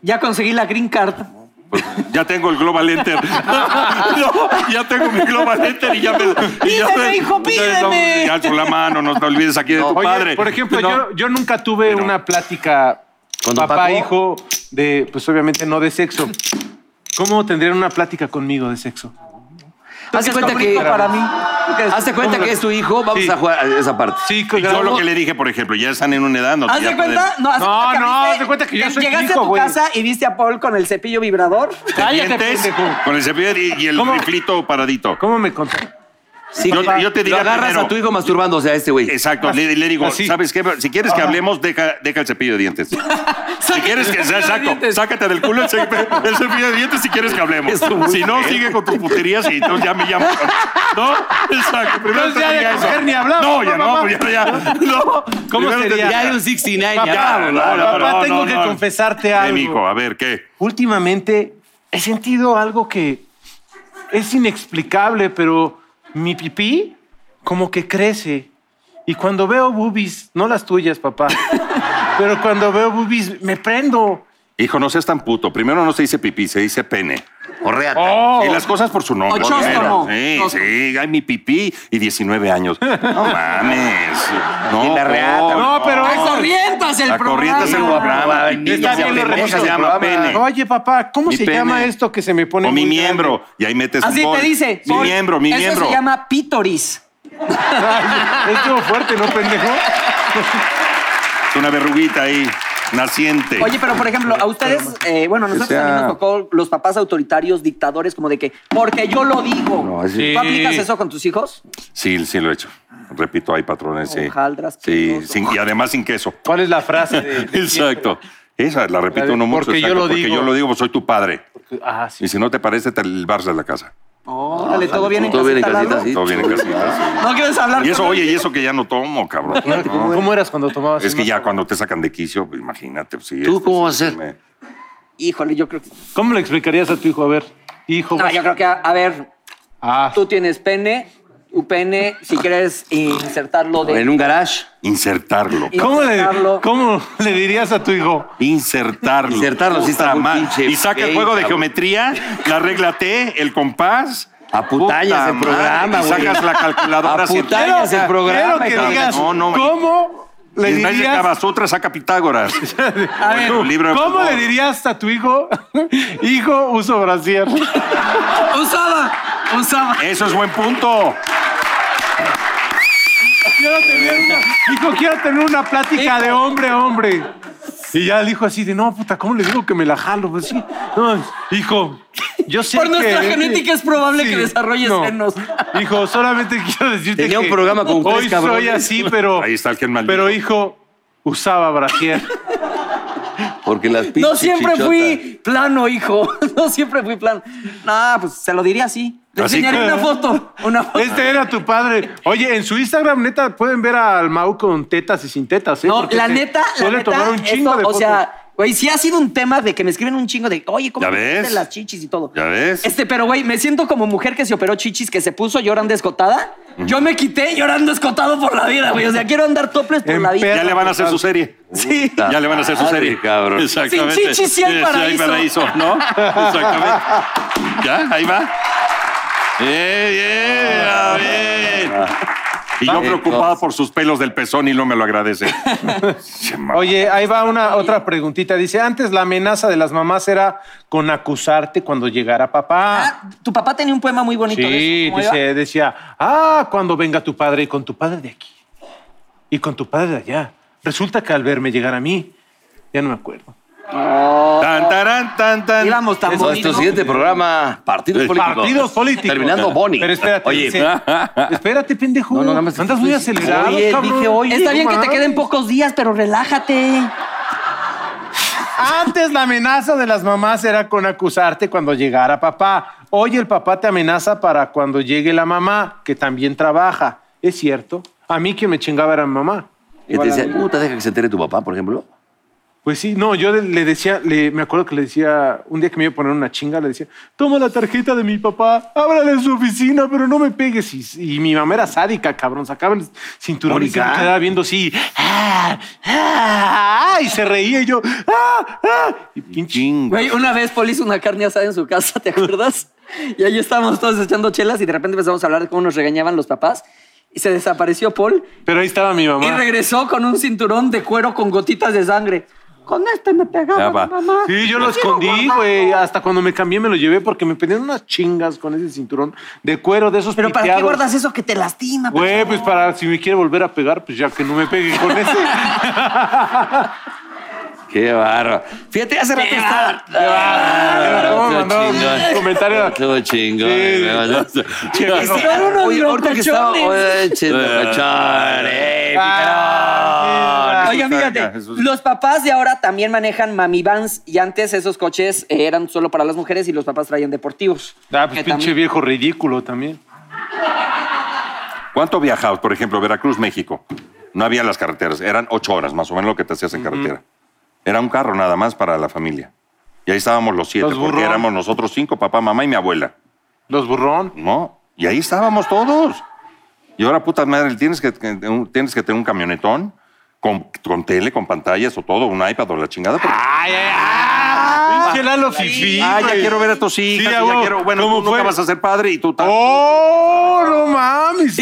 S1: Ya conseguí la green card.
S3: Pues, ya tengo el Global Enter. No, ya tengo mi Global Enter y ya me. y ya
S1: Pídeme,
S3: me-
S1: hijo, pídeme.
S3: Ya con la mano, no te olvides aquí de tu
S4: Oye,
S3: padre.
S4: por ejemplo,
S3: No.
S4: yo, yo nunca tuve
S3: Pero-
S4: una plática
S2: ¿Con don Paco?
S4: papá-hijo de, pues obviamente no de sexo. ¿Cómo tendrían una plática conmigo de sexo?
S2: Haz de
S1: Está
S2: cuenta que,
S1: bonito para mí.
S2: haz de cuenta que es tu hijo, vamos
S4: Sí.
S2: a jugar a esa parte.
S4: Sí,
S3: Y yo lo que le dije, por ejemplo, ya están en una edad. No,
S1: ¿Haz
S3: ya
S1: de cuenta?
S3: pueden-
S1: No, haz de
S4: No,
S1: cuenta
S4: no,
S1: viste-
S4: haz de cuenta que yo
S1: te-
S4: soy
S1: Llegaste a
S4: rico,
S1: tu
S4: güey.
S1: casa y viste a Paul con el cepillo vibrador.
S3: te
S4: Cállate,
S3: dientes
S4: pendejo.
S3: Con el cepillo y y el
S4: ¿Cómo?
S3: riflito paradito.
S4: ¿Cómo me contaste?
S2: Sí,
S3: Yo-
S2: papá,
S3: yo te
S2: lo
S3: diría
S2: agarras
S3: primero.
S2: a tu hijo masturbándose a este güey.
S3: Exacto, le, le digo,
S4: Así.
S3: ¿sabes qué? Si quieres que hablemos, deja, deja el cepillo de dientes. Si quieres que sea exacto, sácate del culo el cep- el cepillo de dientes si quieres que hablemos.
S2: Eso, muy
S3: Si no, sigue con tus puterías y entonces ya me llamo. ¿No? Exacto. Primero
S4: Entonces ya
S3: te diría
S4: de
S3: eso.
S4: coger ni hablamos,
S3: No, ya
S4: ¿no,
S3: no,
S4: papá?
S3: pues ya, ya. No.
S4: ¿Cómo
S3: Primero te
S4: sería?
S3: diría,
S2: Ya era un 69, ya,
S3: Ya,
S2: vamos,
S3: no,
S2: vamos.
S3: no,
S4: Ah, Papá,
S3: no,
S4: tengo
S3: no,
S4: que
S3: no.
S4: confesarte
S3: Eh,
S4: algo.
S3: mijo, a ver, ¿qué?
S4: Últimamente he sentido algo que es inexplicable, pero mi pipí como que crece. Y cuando veo boobies, no las tuyas, papá, pero cuando veo boobies me prendo.
S3: Hijo, no seas tan puto. Primero no se dice pipí, se dice pene.
S2: Correa.
S4: Oh.
S3: Y las cosas por su nombre.
S1: Ochóstomo.
S3: Sí,
S1: Ochóstomo.
S3: sí, ay, mi pipí y 19 años. No mames. No,
S2: Y la reata.
S3: Paul,
S4: No, pero-
S1: ¡Ay, corrientas el
S3: La
S1: programa!
S3: corriente es el programa. pipí,
S4: Está bien, lo
S3: ¿Cómo
S4: repito.
S3: se llama? Pene.
S4: Oye, papá, ¿cómo
S3: Mi
S4: se
S3: pene.
S4: llama esto que se me pone?
S3: O mi
S4: muy
S3: miembro. Y ahí metes
S1: Así
S3: un gol.
S1: te dice.
S3: Mi
S1: Paul.
S3: miembro, mi miembro.
S1: Eso se llama pítoris.
S4: grande? Es todo fuerte, ¿no, pendejo?
S3: Es Una verruguita ahí, naciente.
S1: Oye, pero por ejemplo, a ustedes, eh, bueno, a nosotros
S3: sea-
S1: también nos tocó los papás autoritarios, dictadores, como de que, porque yo lo digo.
S2: No, sí.
S1: ¿Tú aplicas eso con tus hijos?
S3: Sí, sí lo he hecho. Repito, hay patrones, sí.
S1: Hojaldras,
S3: Sí,
S1: penoso.
S3: sin- y además sin queso.
S4: ¿Cuál es la frase? de- de
S3: Exacto. Esa la repito
S4: La de-
S3: uno mucho.
S4: porque yo
S3: exacto,
S4: lo digo.
S3: Porque yo lo digo, pues soy tu padre.
S4: siempre? Ah, sí.
S3: Y si no te parece, te el Barça de la casa.
S1: Órale, todo bien en
S2: Todo bien en
S1: casita,
S2: casita,
S1: Lalo?
S2: Sí.
S3: Todo bien en casita.
S1: ¿No quieres hablar
S3: sí. Y eso,
S1: con
S3: oye,
S1: él?
S3: y eso que ya no tomo, cabrón. ¿no?
S4: ¿Cómo, cómo eras cuando tomabas?
S3: Es que
S4: una-
S3: ya cuando te sacan de quicio, pues, imagínate. pues, sí,
S2: ¿Tú
S3: este,
S2: cómo vas
S3: sí,
S2: a ser?
S3: me-
S1: Híjole, yo creo que...
S4: ¿Cómo le explicarías a tu hijo? A ver, hijo.
S1: No,
S4: vas-
S1: yo creo que, a ver,
S4: Ah,
S1: tú tienes pene, tu pene, si quieres insertarlo de...
S2: En un garage,
S3: Insertarlo.
S4: ¿cómo, le,
S1: Carlos.
S4: ¿Cómo le dirías a tu hijo?
S3: Insertarlo.
S2: Insertarlo, sí está
S3: Puta
S2: muy
S3: madre.
S2: pinche
S3: Y saca
S2: gay,
S3: el juego de
S2: cabrón.
S3: geometría, la regla T, el compás.
S2: A putañas
S3: Puta
S2: el
S3: madre.
S2: programa,
S3: Y
S2: güey.
S3: sacas la calculadora.
S2: A putañas el programa,
S4: Quiero que
S2: cabrón.
S4: digas,
S3: No, no,
S4: ¿cómo le
S3: Le de
S4: dirías?
S3: Kavasutra saca Pitágoras.
S4: A ver,
S3: Un libro de
S4: ¿Cómo
S3: fútbol.
S4: le dirías a tu hijo? hijo, uso brasier.
S1: ¡Usaba! ¡Usaba!
S3: Eso es buen punto.
S4: Quiero tener una, hijo, quiero tener una plática de hombre a hombre. Y ya el hijo así de, no, puta, ¿cómo le digo que me la jalo? Pues sí. No, hijo, yo sé
S1: Por
S4: que...
S1: nuestra genética es probable que desarrolles
S4: no.
S1: senos.
S4: Hijo, solamente quiero decirte
S2: Tenía un
S4: que
S2: programa con tres
S4: hoy soy
S2: cabrones.
S4: así, pero...
S3: Ahí está el que maldito.
S4: Pero, hijo, usaba brasier.
S2: porque las pinches
S1: No siempre
S2: chichotas.
S1: fui plano, hijo. No siempre fui plano. No, pues se lo diría así. Le
S3: Así
S1: enseñaré
S3: que-
S1: una foto. Una foto.
S4: Este era tu padre. Oye, en su Instagram, neta, pueden ver al Mau con tetas y sin tetas. ¿eh?
S1: No,
S4: Porque
S1: la
S4: se
S1: neta, la
S4: Suele
S1: neta,
S4: tomar un chingo
S1: esto,
S4: de
S1: O sea, güey, sí ha sido un tema de que me escriben un chingo de, oye, ¿cómo
S3: ¿Ya
S1: te
S3: ves?
S1: hiciste las chichis y todo?
S3: ¿Ya ves?
S1: Este, pero güey, me siento como mujer que se operó chichis, que se puso llorando escotada. Yo me quité llorando escotado por la vida, güey. O sea, quiero andar toples por
S4: En
S1: la vida.
S4: perra.
S3: Ya le van a hacer su serie.
S1: Sí.
S3: Ya le van a hacer su
S2: Madre,
S3: serie.
S2: cabrón.
S3: Exactamente.
S1: Sin chichis, sí hay paraíso.
S3: ¿no? Exactamente.
S1: Ah.
S3: Ya, ahí va. ah, Bien, bien, ya, bien. Y yo preocupado por sus pelos del pezón y no me lo agradece. Sí, ma-
S4: Oye, ahí va una otra preguntita. Dice, antes la amenaza de las mamás era con acusarte cuando llegara papá.
S1: Ah, tu papá tenía un poema muy bonito de
S4: sí,
S1: eso. ¿Cómo iba?
S4: dice, decía, ah, cuando venga tu padre y con tu padre de aquí y con tu padre de allá. Resulta que al verme llegar a mí, ya no me acuerdo.
S3: Tan, tarán, tan, tan.
S1: Oh. Íbamos tan
S2: Eso, Nuestro
S1: bonitos.
S2: siguiente programa, Partidos
S3: Eh,
S2: Políticos.
S4: Partidos políticos.
S2: Pues, Terminando Bonnie.
S4: Pero espérate,
S2: Oye,
S4: dice, espérate, pendejo.
S2: No, no, nada más-
S4: Andas muy acelerado,
S2: Oye,
S4: cabrón.
S2: dije, oye.
S1: Está bien
S4: no
S1: que te
S4: mames.
S1: queden pocos días, pero relájate.
S4: Antes la amenaza de las mamás era con acusarte cuando llegara papá. Hoy el papá te amenaza para cuando llegue la mamá, que también trabaja. Es cierto. A mí quien me chingaba era mi mamá.
S2: que te decía, puta, deja que se entere tu papá, por ejemplo.
S4: Pues sí, no, yo de- le decía, le- me acuerdo que le decía, un día que me iba a poner una chinga, le decía, toma la tarjeta de mi papá, ábrale en su oficina, pero no me pegues. Y, y mi mamá era sádica, cabrón, sacaba el cinturón y se me
S2: Mónica.
S4: quedaba viendo así, ah, ah, y se reía y yo, ah, ah, y pinche
S3: Chinga.
S1: Güey, una vez Paul hizo una carne asada en su casa, ¿te acuerdas? Y ahí estábamos todos echando chelas y de repente empezamos a hablar de cómo nos regañaban los papás. Y se desapareció Paul
S4: Pero ahí estaba mi mamá.
S1: y regresó con un cinturón de cuero con gotitas de sangre. Con este me
S3: Ya
S1: pegaba
S3: va.
S1: mi mamá.
S4: Sí, yo lo escondí, güey. Hasta cuando me cambié me lo llevé porque me pedían unas chingas con ese cinturón de cuero de esos
S1: Pero ¿para qué
S4: piteados.
S1: guardas eso que te lastima?
S4: Güey, pues para si me quiere volver a pegar, pues ya que no me pegue con ese.
S2: Qué barba. Fíjate, hace rato estaba. Ah, Qué
S4: bárbaro. ¿Cómo mandó un comentario?
S2: Todo Ah, chingón.
S4: Sí.
S2: ¿verdad?
S4: Che,
S2: Este,
S1: Picaron unos
S2: oye, ahorita que estaba.
S1: locochones.
S2: Oye, che, locochón, eh,
S4: Ah,
S2: picarón.
S1: Oigan,
S3: Jesús
S1: fíjate,
S3: Arca, Jesús.
S1: los papás de ahora también manejan mami vans y antes esos coches eh, eran solo para las mujeres y los papás traían deportivos.
S4: Ah, pues
S1: Que
S4: pinche
S1: también-
S4: viejo ridículo también.
S3: ¿Cuánto viajabas? Por ejemplo, Veracruz, México. No había las carreteras. Eran ocho horas más o menos lo que te hacías en carretera. Era un carro nada más para la familia. Y ahí estábamos los siete,
S4: Los
S3: porque
S4: burrón.
S3: éramos nosotros cinco, papá, mamá y mi abuela.
S4: Los burrón.
S3: No, y ahí estábamos todos. Y ahora, puta madre, tienes que, que- un- tienes que tener un camionetón con, con tele, con pantallas o todo, un iPad o la chingada. porque-
S4: Ay, ay, ay. Pinche Lalo Fifi.
S3: ah, ya
S4: güey.
S3: quiero ver a tus hijas,
S4: Sí,
S3: y ya
S4: a huevo.
S3: quiero- bueno,
S4: ¿Cómo
S3: tú nunca
S4: fue?
S3: vas a ser padre y tú tal.
S4: ¡Oh, no mames!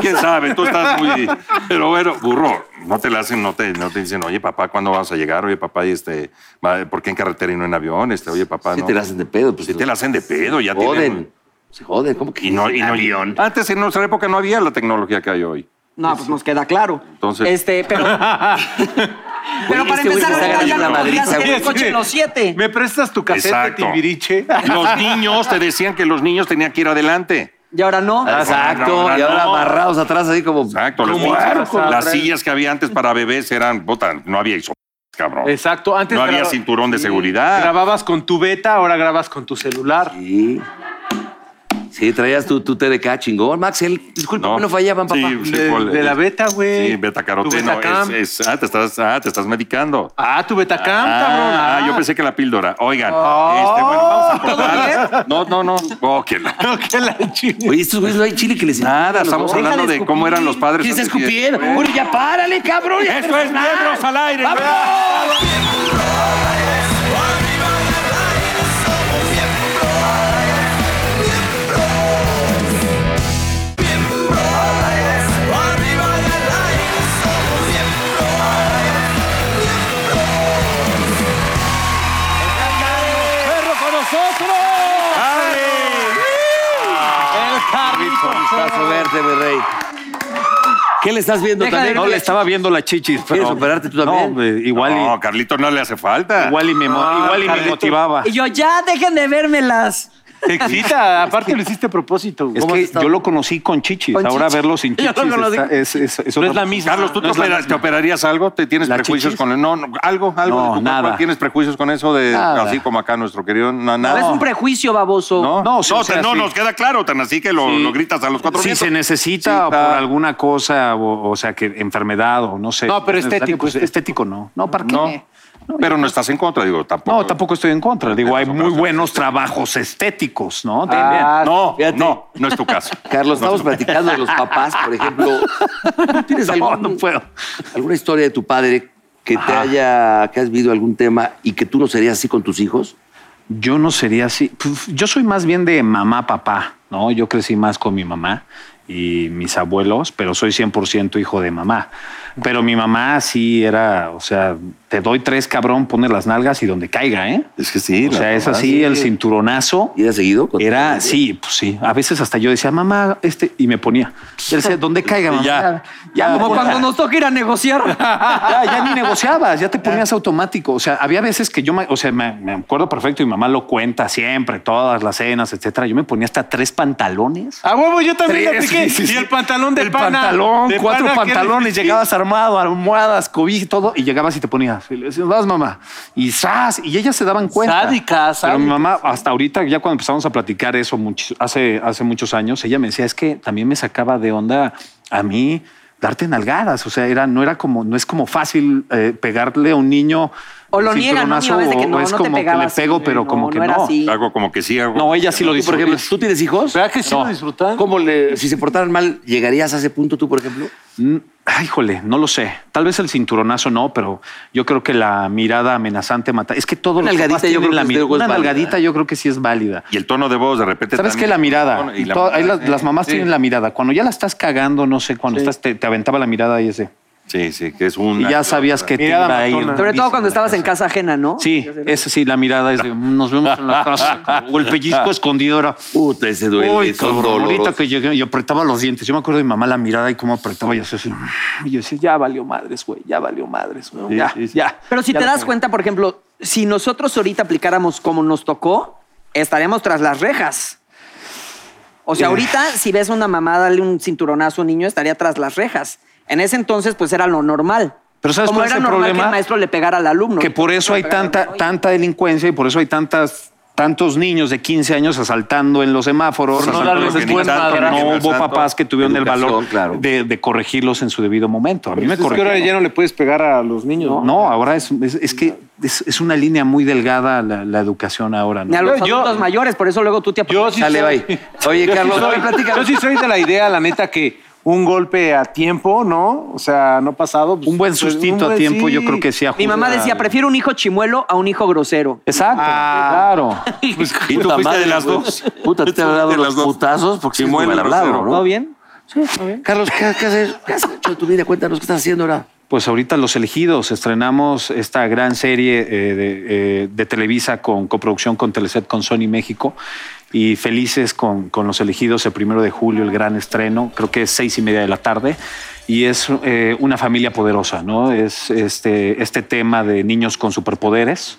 S3: ¿Quién sabe? Tú estás muy... Pero bueno, burro, no te la hacen, no te, no te dicen, oye, papá, ¿cuándo vas a llegar? Oye, papá, y este, va- ¿por qué en carretera y no en avión? Este, oye, papá,
S2: Si
S3: no.
S2: te la hacen de pedo, pues.
S3: Sí te la hacen de pedo, ya tienen-
S2: Joden. Se joden, ¿cómo que?
S3: Y no, y no- Antes, en nuestra época, no había la tecnología que hay hoy.
S1: No, pues nos queda claro.
S3: Entonces-
S1: Este, pero. pero
S2: Oye,
S1: para
S2: este güey
S1: empezar,
S2: nos
S1: ahorita
S2: agarra
S1: ya no
S2: la
S1: podías
S2: madriza,
S1: hacer
S2: güey.
S1: el coche los siete.
S4: ¿Me prestas tu casete,
S3: Exacto.
S4: Timbiriche?
S3: Los niños te decían que los niños tenían que ir adelante.
S1: Y ahora no.
S2: Ah,
S3: No,
S2: Exacto,
S3: ahora
S2: y ahora
S3: no.
S2: amarrados atrás así como.
S3: Exacto. los
S4: Como
S3: niños.
S4: puercos,
S3: las
S4: atrás.
S3: sillas que había antes para bebés eran, puta, no había iso, cabrón.
S4: Exacto, antes
S3: No había
S4: graba-
S3: cinturón de seguridad.
S4: Grababas con tu beta, ahora grabas con tu celular.
S2: Sí. Sí, traías tu, tu TDK chingón. Max, él, disculpa, no.
S3: No.
S2: fallaban, papá.
S3: Sí.
S4: de,
S3: ¿cuál
S4: de
S3: es?
S4: la beta, güey.
S3: Sí, betacaroteno.
S4: Tu
S3: es- es- ah, te estás, ah, te estás medicando.
S4: Ah, tu betacam,
S3: ah,
S4: cabrón.
S3: ah, yo pensé que la píldora. Oigan, este, bueno, vamos a cortar. No, no, no. Oh, que la-
S4: No, que la chingue.
S2: Oye, estos güeyes no hay chile que les.
S3: Nada,
S2: Los
S3: estamos
S2: dos.
S3: hablando
S2: Deja
S3: de cómo eran los padres
S2: ¿Qué está
S3: antes y-
S2: escupiendo? Bueno, ya párale, cabrón. ya
S3: Esto es
S2: terminamos.
S3: Miembros al Aire.
S2: Gustazo verte, mi rey. ¿Qué le estás viendo
S1: Deja de
S2: también?
S1: ver-
S6: No, le estaba viendo la chichis,
S2: ¿Quieres
S6: pero...
S2: operarte tú
S6: No,
S2: también?
S6: hombre, igual, y-
S3: No, Carlito no le hace falta.
S6: igual y me, mo- igual y me motivaba.
S1: Y yo, ya dejen de vérmelas.
S4: Te excita, aparte lo hiciste a propósito. güey.
S6: Es
S2: ¿Cómo has
S6: que
S2: estado?
S6: yo lo conocí con chichis.
S1: Con
S6: Ahora
S1: chichis.
S6: verlo sin
S1: Yo lo
S6: chichis
S1: conocí-
S6: está- es, es- es
S4: No
S6: otra-
S4: es la misma.
S3: Carlos, ¿tú te,
S6: es la
S3: opera-
S6: misma.
S3: te operarías algo? ¿Te tienes
S2: ¿La
S3: prejuicios
S2: chichis?
S3: con el, no, no, algo, algo
S6: No,
S3: de tu cuerpo?
S6: nada.
S3: ¿Tienes prejuicios con eso de
S6: Nada.
S3: así como acá nuestro querido na- nada?
S1: Es un prejuicio, baboso.
S3: No, no,
S6: No, sí, o sea,
S3: te- no,
S6: sí.
S3: nos queda claro, tan así que lo,
S6: Sí.
S3: lo gritas a los cuatro
S6: Si
S3: vientos.
S6: se necesita
S3: Sí,
S6: o por
S3: está.
S6: alguna cosa, o, o sea, que enfermedad o no sé.
S4: No, pero
S6: Es necesario,
S4: estético,
S6: pues, estético no. No, ¿para qué?
S3: No,
S6: No,
S3: pero no estás en contra, digo, tampoco.
S6: tampoco estoy en contra. Digo, hay muy buenos trabajos estéticos, ¿no? También.
S3: No,
S2: Fíjate.
S3: no, no es tu caso.
S2: Carlos, estamos platicando de los papás, por ejemplo. ¿Tú ¿Tienes
S6: No,
S2: algún-
S6: no puedo.
S2: alguna historia de tu padre que te haya, que has vivido algún tema y que tú no serías así con tus hijos?
S6: Pues, Yo no sería así. Puf, Yo soy más bien de mamá, papá, ¿no? Yo crecí más con mi mamá. y mis abuelos, pero soy 100% hijo de mamá. Pero mi mamá sí era, o sea, te doy tres, cabrón, pone las nalgas y donde caiga, ¿eh?
S3: Es que sí.
S6: O
S3: la
S6: sea, es
S3: mamá,
S6: así
S3: sí.
S6: el cinturonazo.
S2: ¿Y era seguido?
S6: Era, sí, pues sí. A veces hasta yo decía, mamá, este, y me ponía. Y él decía, ¿dónde caiga, mamá?
S3: Ya.
S6: Ya,
S1: Como
S6: puta.
S1: cuando nos toca ir a negociar.
S6: Ya, ya ni negociabas, ya te ponías automático. O sea, había veces que yo, me, o sea, me, me acuerdo perfecto, y mi mamá lo cuenta siempre, todas las cenas, etcétera. Yo me ponía hasta tres pantalones.
S4: A Ah, huevo, yo también
S6: Tres,
S4: la apliqué.
S6: sí, sí,
S4: Y el
S6: sí.
S4: pantalón de
S6: El
S4: pana.
S6: pantalón,
S4: de
S6: cuatro
S4: pana que era
S6: pantalones,
S4: difícil.
S6: llegabas armado, almohadas, cobija, todo, y llegabas y te ponías. Y le decías, vas, mamá. Y zas, y ellas se daban cuenta.
S4: Sádica, sádica.
S6: Pero mi mamá, hasta ahorita, ya cuando empezamos a platicar eso muchis- hace, hace muchos años, ella me decía, es que también me sacaba de onda a mí darte nalgadas. O sea, era, no era como, no es como fácil eh, pegarle a un niño.
S1: O lo
S6: un
S1: niegan, ¿no? Mi mamá es
S6: cinturonazo,
S1: de que
S6: o-
S1: no,
S6: o es
S1: no te
S6: como que
S1: pegaba
S6: le
S1: así,
S6: pego, pero
S1: no,
S6: como que
S1: no era
S6: no.
S1: así.
S3: Hago como que sí, hago.
S6: No, ella sí lo
S2: Tú, por
S6: disfruta.
S2: ejemplo, ¿tú tienes hijos?
S4: ¿Verdad que sí
S6: No.
S4: lo disfrutan?
S2: ¿Cómo le, si se portaran mal, llegarías a ese punto tú, por ejemplo?
S6: Mm, Ay, híjole, no lo sé. Tal vez el cinturonazo no, pero yo creo que la mirada amenazante mata. Es que todos
S2: Una
S6: los
S2: nalgadita
S6: papás tienen
S2: yo creo
S6: la
S2: que
S6: mi-
S2: es de- es
S6: Una
S2: válida.
S6: nalgadita yo creo que sí es válida.
S3: Y el tono de voz, de repente.
S6: ¿Sabes qué?
S3: Este también.
S6: La mirada.
S3: Y la
S6: Todas- ahí
S3: mamá,
S6: las, las
S3: eh,
S6: mamás
S3: sí.
S6: tienen la mirada. Cuando ya la estás cagando, no sé, cuando estás, te, te aventaba la mirada y ese.
S3: Sí, sí, que es
S6: Y
S3: un.
S6: ya sabías que te
S4: Mirada
S6: iba a ir.
S1: Sobre
S4: matona.
S1: todo
S6: durísimo
S1: cuando
S6: la
S1: estabas en casa ajena, ¿no?
S6: Sí, eso sí, la mirada es de "Mm, nos vemos en la casa. O el pellizco escondido era.
S2: Puta, ese duele.
S6: Uy,
S2: son
S6: cabrón, ahorita
S2: dolorosos.
S6: que llegué, yo apretaba los dientes. Yo me acuerdo de mi mamá la mirada y cómo apretaba y hacía así. Y yo decía, ya valió madres, güey, ya valió madres, güey. ya, ya.
S1: Pero si
S6: Ya
S1: te
S6: la
S1: das
S6: cagué.
S1: cuenta, por ejemplo, si nosotros ahorita aplicáramos como nos tocó, estaríamos tras las rejas. O sea, ahorita si ves a una mamá darle un cinturonazo a un niño, estaría tras las rejas. En ese entonces, pues era lo normal.
S6: Pero ¿sabes
S1: como
S6: cuál es
S1: era
S6: el
S1: normal que
S6: problema?
S1: el maestro le pegara al alumno.
S6: Que por eso hay tanta, tanta delincuencia y por eso hay tantas tantos niños de 15 años asaltando en los semáforos.
S3: Pues
S6: No,
S3: asaltando
S6: darles
S3: que ni
S6: cuenta,
S3: tanto,
S6: no
S3: ni que
S6: hubo
S3: tanto.
S6: papás que tuvieron el
S2: Educación,
S6: valor
S2: claro. Pues
S6: de, de corregirlos en su debido momento. A mí me
S4: Pues Es que ahora
S6: corregieron.
S4: ya no le puedes pegar a los niños.
S6: No, ahora es, es, es que es, es una línea muy delgada la, la educación ahora.
S1: Ni
S6: ¿no?
S1: a los
S4: Yo- yo-
S1: adultos mayores, por eso luego tú te
S4: Yo sí
S2: Dale,
S4: soy-
S2: bye. Oye,
S4: Yo sí
S2: Carlos,
S4: soy-
S2: a ver, platícanos.
S4: Yo sí soy de la idea, la neta, que un golpe a tiempo, ¿no? O sea, no pasado. pues,
S6: Un buen
S4: pues,
S6: sustito
S4: un
S6: a
S4: buen-
S6: tiempo,
S4: sí.
S6: yo creo que sí
S1: Mi
S6: ajusta
S1: mamá decía,
S6: al-
S1: prefiero un hijo chimuelo a un hijo grosero.
S6: Exacto, claro.
S3: Y tú
S2: Puta
S3: fuiste de
S2: madre,
S3: las
S2: güey.
S3: dos.
S2: Puta, te
S3: Tú
S2: han dado
S3: fuiste de las
S2: los
S3: dos.
S2: putazos porque sí es
S3: Chimuelo,
S2: mal hablado,
S3: grosero.
S1: ¿Todo
S2: ¿no?
S1: bien?
S2: Carlos, ¿qué, qué haces? ¿Qué has hecho de tu vida? Cuéntanos, ¿qué estás haciendo ahora?
S6: Pues ahorita Los Elegidos, estrenamos esta gran serie eh, de, eh, de Televisa con coproducción con Teleset, con Sony México y felices con, con Los Elegidos el primero de julio, el gran estreno, creo que es seis y media de la tarde y es eh, una familia poderosa, ¿no? Es este, este tema de niños con superpoderes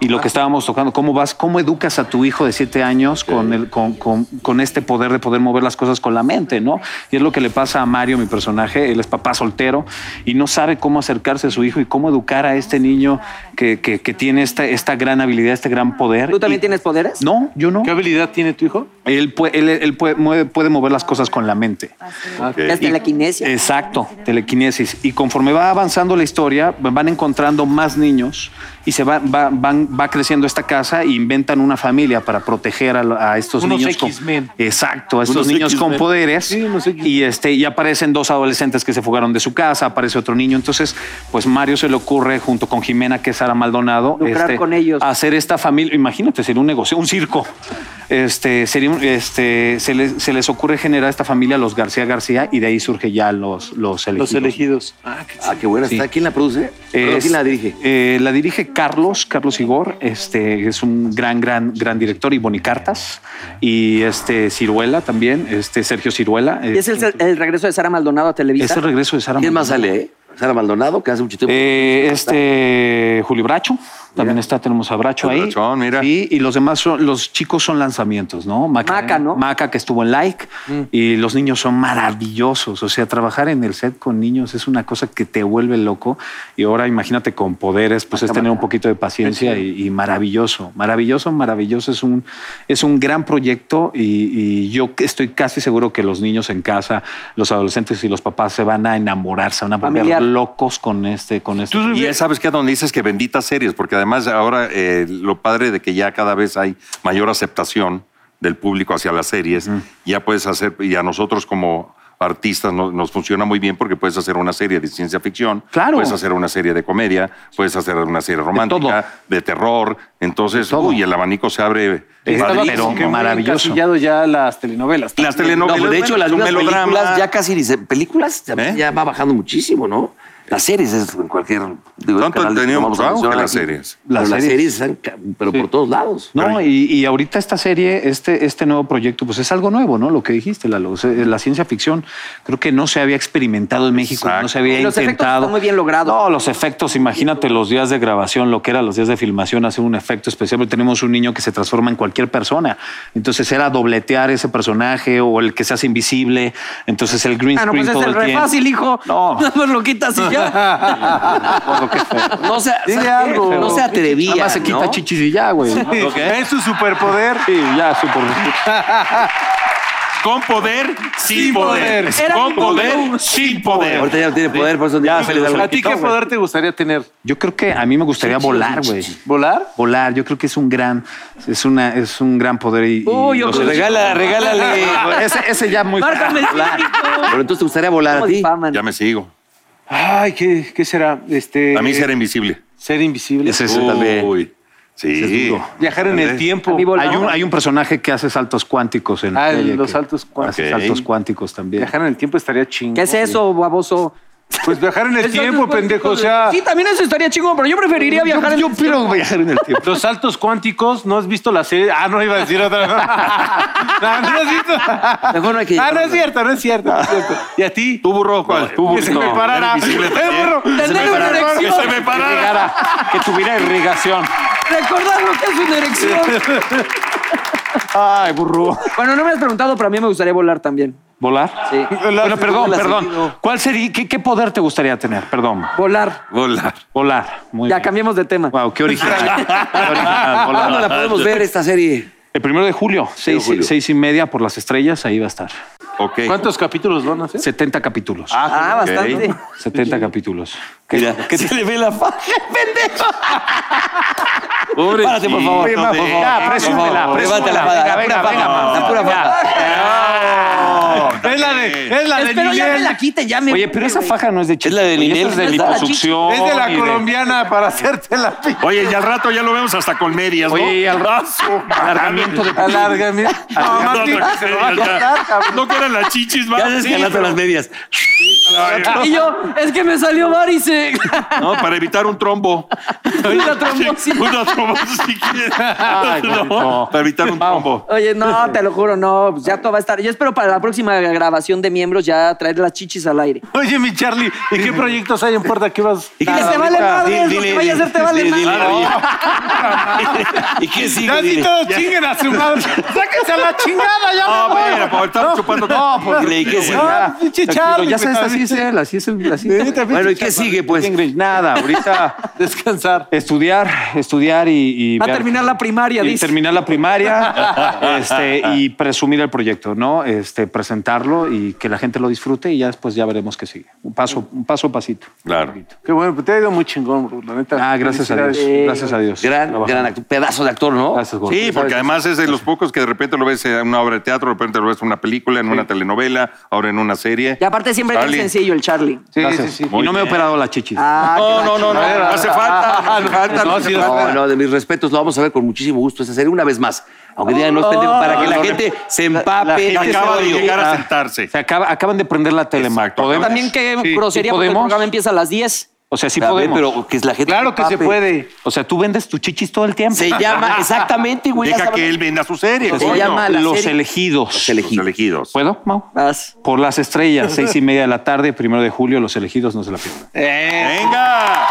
S6: y lo que estábamos tocando, ¿cómo vas, cómo educas a tu hijo de siete años con, el, con, con- con este poder de poder mover las cosas con la mente, ¿no? Y es lo que le pasa a Mario, mi personaje, él es papá soltero y no sabe cómo acercarse a su hijo y cómo educar a este niño que, que- que tiene esta, esta gran habilidad, este gran poder.
S1: ¿Tú también
S6: Y-
S1: tienes poderes?
S6: No, yo no.
S4: ¿Qué habilidad tiene tu hijo?
S6: Él, pue- él- él pue- mueve- puede mover las cosas con la mente.
S1: ¿Tienes
S6: Y-
S1: telequinesia?
S6: Exacto, telequinesis. Y conforme va avanzando la historia, van encontrando más niños y se va, va, van- va creciendo esta casa e inventan una familia para proteger a, lo- a estos
S4: Unos
S6: niños. con-
S4: X-Men.
S6: exacto, a estos
S3: Unos
S6: niños con
S3: X-Men.
S6: poderes.
S4: Sí, unos X-Men.
S6: y, este, y aparecen dos adolescentes que se fugaron de su casa, aparece otro niño. Entonces, pues Mario se le ocurre, junto con Jimena, que es Sara Maldonado, este,
S1: Lucrar con ellos.
S6: hacer esta familia. Imagínate, sería un negocio, un circo. Este, sería un- este, se, les, se les ocurre generar esta familia los García García y de ahí surge ya los, los elegidos.
S4: Los elegidos.
S2: Ah, qué Eh, buena está. ¿Quién la produce? Perdón,
S6: Es-
S2: ¿Quién la dirige?
S6: eh, la dirige Carlos, Carlos Igor, este es un gran, gran, gran director y Bonicartas y este Ciruela también, este Sergio Ciruela. eh,
S1: ¿Y es el, el regreso de Sara Maldonado a Televisa?
S6: es el regreso de Sara.
S2: ¿Quién más
S6: Maldonado.
S2: sale? eh? Sara Maldonado, que hace mucho tiempo.
S6: Eh, este Julio Bracho. También está, tenemos a Bracho
S3: El
S6: ahí.
S3: Brachón, mira.
S6: Sí, y los demás son, los chicos son lanzamientos, ¿no?
S1: Maca, ¿no? Mm.
S6: Maca que estuvo en like. Y los niños son maravillosos. O sea, trabajar en el set con niños es una cosa que te vuelve loco. Y ahora imagínate con poderes, pues es tener un poquito de paciencia y, y maravilloso. Maravilloso, maravilloso. Es un, es un gran proyecto y, y yo estoy casi seguro que los niños en casa, los adolescentes y los papás se van a enamorar, se van a volver
S1: Familiar.
S6: locos con este, con este.
S3: Y ya sabes que donde dices que benditas series, porque además ahora eh, lo padre de que ya cada vez hay mayor aceptación del público hacia las series, ya puedes hacer, y a nosotros como artistas no- nos funciona muy bien porque puedes hacer una serie de ciencia ficción,
S6: Claro.
S3: puedes hacer una serie de comedia, puedes hacer una serie
S6: todo.
S3: romántica, de, terror. Entonces,
S6: todo.
S3: uy, el abanico se abre.
S6: Estaba
S3: padrísimo.
S6: pero
S4: como que muy
S6: maravilloso.
S4: encasillado ya las telenovelas.
S3: Las telenovelas.
S2: este No, pues, de hecho,
S3: bueno,
S2: las
S3: es un
S2: nuevas
S3: melodrama.
S2: películas ya casi dice películas ya,
S3: ¿Eh?
S2: ya va bajando muchísimo, ¿no? Las series es en cualquier digo,
S3: Tanto
S2: canal
S3: tenía
S2: vamos
S3: mucho
S2: a
S3: auge
S2: mencionar
S3: las
S2: aquí.
S3: series.
S2: Pero
S6: Las
S2: Las
S6: series.
S2: series, están ca- pero por todos lados.
S6: No, y, y ahorita esta serie, este, este nuevo proyecto, pues es algo nuevo, ¿no? Lo que dijiste, Lalo, o sea, la ciencia ficción, creo que no se había experimentado en México,
S3: Exacto.
S6: no se había
S1: Y los efectos
S6: intentado.
S1: están muy bien logrados.
S6: No, los efectos, imagínate los días de grabación, lo que eran los días de filmación, hacer un efecto especial, porque tenemos un niño que se transforma en cualquier persona. Entonces era dobletear ese personaje o el que se hace invisible, entonces el green
S1: Ah, no,
S6: screen
S1: pues es
S6: todo
S1: el
S6: el
S1: re
S6: tiempo.
S1: fácil, hijo.
S6: No.
S1: Nada más lo quitas y ya.
S2: No se,
S6: Dile
S2: se-
S6: algo.
S2: no se atrevía.
S6: Nada más se quita
S2: ¿no?
S6: chichis y ya, güey.
S4: Es su superpoder.
S6: Sí, ya, super.
S3: Con poder, sin, poder.
S1: poder. Era
S3: Con
S1: mi
S3: poder,
S1: columna.
S3: sin poder.
S2: Ahorita ya no tiene poder, por eso ya se le da
S4: ¿A
S2: la
S4: ti qué poder te gustaría tener?
S6: Yo creo que a mí me gustaría volar, güey.
S4: ¿Volar?
S6: Volar, yo creo que es un gran, es una, es un gran poder y. y
S1: Uy, yo
S6: los-
S1: creo-
S2: Regala, regálale.
S6: ese, ese ya muy.
S1: Márcame el hijo.
S2: Pero entonces te gustaría volar a
S1: ¿Cómo
S2: ti.
S1: difaman?
S3: Ya me sigo.
S4: Ay, ¿qué, qué será? Este,
S3: A mí será invisible.
S4: Ser invisible.
S6: Ese es también.
S3: Uy,
S6: Ese es
S3: sí.
S6: duro.
S4: Viajar en el
S3: ¿Entendés?
S4: tiempo.
S1: A mí volar.
S6: Hay un, hay un personaje que hace saltos cuánticos en la
S4: Ah, el-
S6: serie
S4: los
S6: que
S4: saltos cuánticos.
S6: Hace
S3: Ok.
S6: saltos cuánticos también.
S4: Viajar en el tiempo estaría chingón.
S1: ¿Qué es eso, baboso?
S4: Pues viajar en el
S1: Eso
S4: tiempo,
S1: es-
S4: pendejo. O sea,
S1: Sí, también eso estaría chingón, pero yo preferiría viajar en
S6: yo
S1: el
S6: quiero viajar en el tiempo.
S4: los saltos cuánticos, ¿no has visto la serie? Ah, no iba a decir otra. no, no has visto.
S2: Mejor no hay que
S4: Ah, no es cierto, no es cierto. no es cierto. ¿Y a ti?
S3: Tú burro, ¿cuál? Tú
S4: que se me
S3: no,
S4: parara.
S3: era invisible
S4: ¡Eh,
S3: también.
S4: burro!
S1: Tener una
S3: Que se me
S1: erección.
S3: parara.
S6: que tuviera irrigación.
S1: Recordar lo que es una erección.
S6: Ay, burro.
S1: Bueno, no me has preguntado, pero a mí me gustaría volar también.
S6: ¿Volar?
S1: Sí.
S6: Bueno, perdón,
S2: la
S6: perdón.
S2: sentido.
S6: ¿Cuál sería, qué, qué poder te gustaría tener? Perdón.
S1: Volar.
S3: Volar.
S6: Volar. Muy
S1: Ya
S6: bien.
S1: cambiamos de tema. Ah,
S6: Wow, qué original. Qué original, volar.
S2: ¿Cuándo la podemos ver esta serie?
S6: El primero de julio, seis,
S2: julio.
S6: seis y media por las estrellas, ahí va a estar.
S3: Ok.
S4: ¿Cuántos capítulos van a hacer?
S6: 70 capítulos.
S1: Ah, bastante.
S6: 70 capítulos.
S2: Mira, que se le ve la faja, pendejo.
S3: Pobre
S2: Párate, por favor.
S3: chico,
S2: por favor.
S3: Ya,
S2: présúmela, présúmela.
S6: Venga, venga, venga, Ah,
S2: venga,
S1: Pura faja.
S4: Es la de, es la de
S1: Espero ya me
S4: Ninel.
S1: la quiten, ya me.
S6: Oye, pero esa faja no es de chicha.
S2: Es la de
S6: Oye,
S2: Ninel,
S6: esa Es de
S2: ¿verdad?
S6: liposucción.
S4: Es de
S6: y
S4: la colombiana para hacerte la pi-
S3: Oye, y al rato ya lo vemos hasta con medias, ¿no?
S6: Oye, y al
S3: Ah,
S6: rato, Ah,
S3: su madre.
S6: alargamiento de
S4: Alarga, mira. No,
S3: Ya
S4: más
S3: otra
S4: bien se lo va a
S3: cosa, ya.
S4: cortar, cabrón.
S3: No que eran las chichis, va.
S2: Ya se
S3: Ah, Sí,
S2: escalaste
S3: pero-
S2: las medias.
S1: Y yo, es que me salió varice.
S3: No, para evitar un trombo.
S1: Una trombosis.
S3: Una trombosis, si quieres.
S6: Ay,
S3: No,
S6: bonito.
S3: para evitar un trombo.
S1: Oye, no, te lo juro, no, pues ya todo va a estar. Yo espero para la próxima grabación de miembros ya traer las chichis al aire.
S4: Oye, mi Charlie, ¿y qué proyectos hay en puerta? ¿Qué vas?
S2: ¿Y
S1: Que se vale madre, lo que vaya a hacer te vale madre.
S2: ¿Y qué
S4: Ya
S2: sigue?
S4: si
S2: Dile?
S4: todos chinguen a su madre. Sáquense a la chingada, ya
S3: No,
S4: me voy.
S3: mira, porque estamos chupando.
S6: No, pues,
S2: Dile, ¿y qué sigue?
S4: Ah, pinche Charlie.
S6: ya sabes,
S4: pues,
S6: así es él, así es el. Así es el-
S2: Bueno, ¿y qué sigue, pues?
S6: Nada, ahorita
S4: Descansar.
S6: estudiar, estudiar y. y
S1: Va a
S6: ver-
S1: terminar la primaria,
S6: y
S1: dice.
S6: terminar la primaria este, y presumir el proyecto, ¿no? Este, presentarlo y que la gente lo disfrute y ya después ya veremos qué sigue. Un paso, un paso a pasito.
S3: Claro.
S4: Qué bueno, pues te ha ido muy chingón, bro, la neta.
S6: Ah, gracias a Dios.
S4: Felicidades.
S6: Gracias a Dios.
S2: Gran, gran actor, pedazo de actor, ¿no?
S6: Gracias, Gordo.
S3: Sí, porque además es de los pocos que de repente lo ves en una obra de teatro, de repente lo ves en una película, en una telenovela, ahora en una serie.
S1: Y aparte siempre es
S3: Charlie.
S1: sencillo el Charlie.
S4: Sí,
S6: Gracias.
S4: sí, sí.
S6: Y no me he operado la chichis.
S1: Ah,
S3: No,
S1: qué
S3: no, no, no, no,
S4: Ah,
S3: hace falta, no hace falta. no hace
S4: sí,
S3: falta.
S2: No, no, de mis respetos, lo vamos a ver con muchísimo gusto esa serie una vez más. Aunque digan, no es pendejo, para que la gente se empape.
S3: Y
S2: de ese
S3: Este acaba de
S2: rollo.
S3: llegar a sentarse.
S6: Este ah. Se acaba- acaban de prender la tele, Mac.
S3: Exacto.
S6: ¿Podemos?
S1: También qué
S6: Sí.
S1: grosería
S6: ¿Sí
S1: porque el
S6: podemos?
S1: programa empieza a las 10.
S6: O sea, sí
S2: A ver,
S6: podemos.
S2: pero que es la gente.
S4: Claro que se
S2: empape.
S4: puede.
S6: O sea, tú vendes tus chichis todo el tiempo. Pues
S2: Se llama, exactamente, güey. ya
S3: Deja
S2: saben-
S3: que él venda su serie.
S2: Se
S3: coño.
S2: llama la
S6: Los
S2: serie.
S6: elegidos.
S3: Los elegidos.
S6: ¿Puedo, Mau?
S1: Vas.
S6: Por las estrellas, seis y media de la tarde, primero de julio, los elegidos no se la pierdan.
S3: Venga.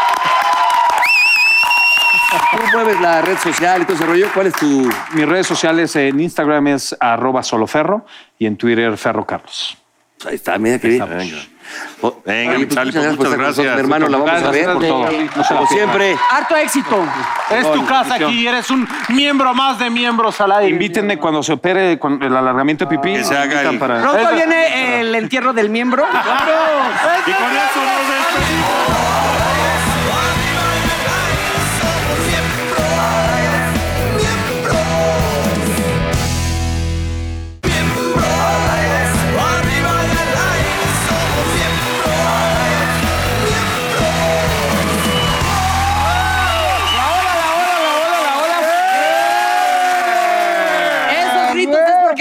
S2: Tú mueves la red social y todo ese rollo. ¿Cuál es tu...?
S6: Mis redes sociales en Instagram es arroba soloferro y en Twitter ferro carlos.
S2: Ahí está, mira que bien.
S3: Venga.
S2: Oh,
S3: Venga,
S2: oye, pues,
S3: Charlie, pues, muchas
S2: por estar con
S3: gracias.
S2: nosotros, hermano, la vamos a ver.
S6: Gracias por todo. No se la
S2: Como
S6: pierdan.
S2: siempre,
S1: Harto éxito.
S4: Es tu casa aquí, eres un miembro más de miembros al aire.
S6: Invítenme cuando se opere con el alargamiento de pipí.
S3: Que se
S6: me
S3: haga
S6: invitan
S3: el-
S6: para-
S1: Pronto viene el entierro del miembro.
S3: Y con eso nos despedimos.
S7: Arriba y al aire.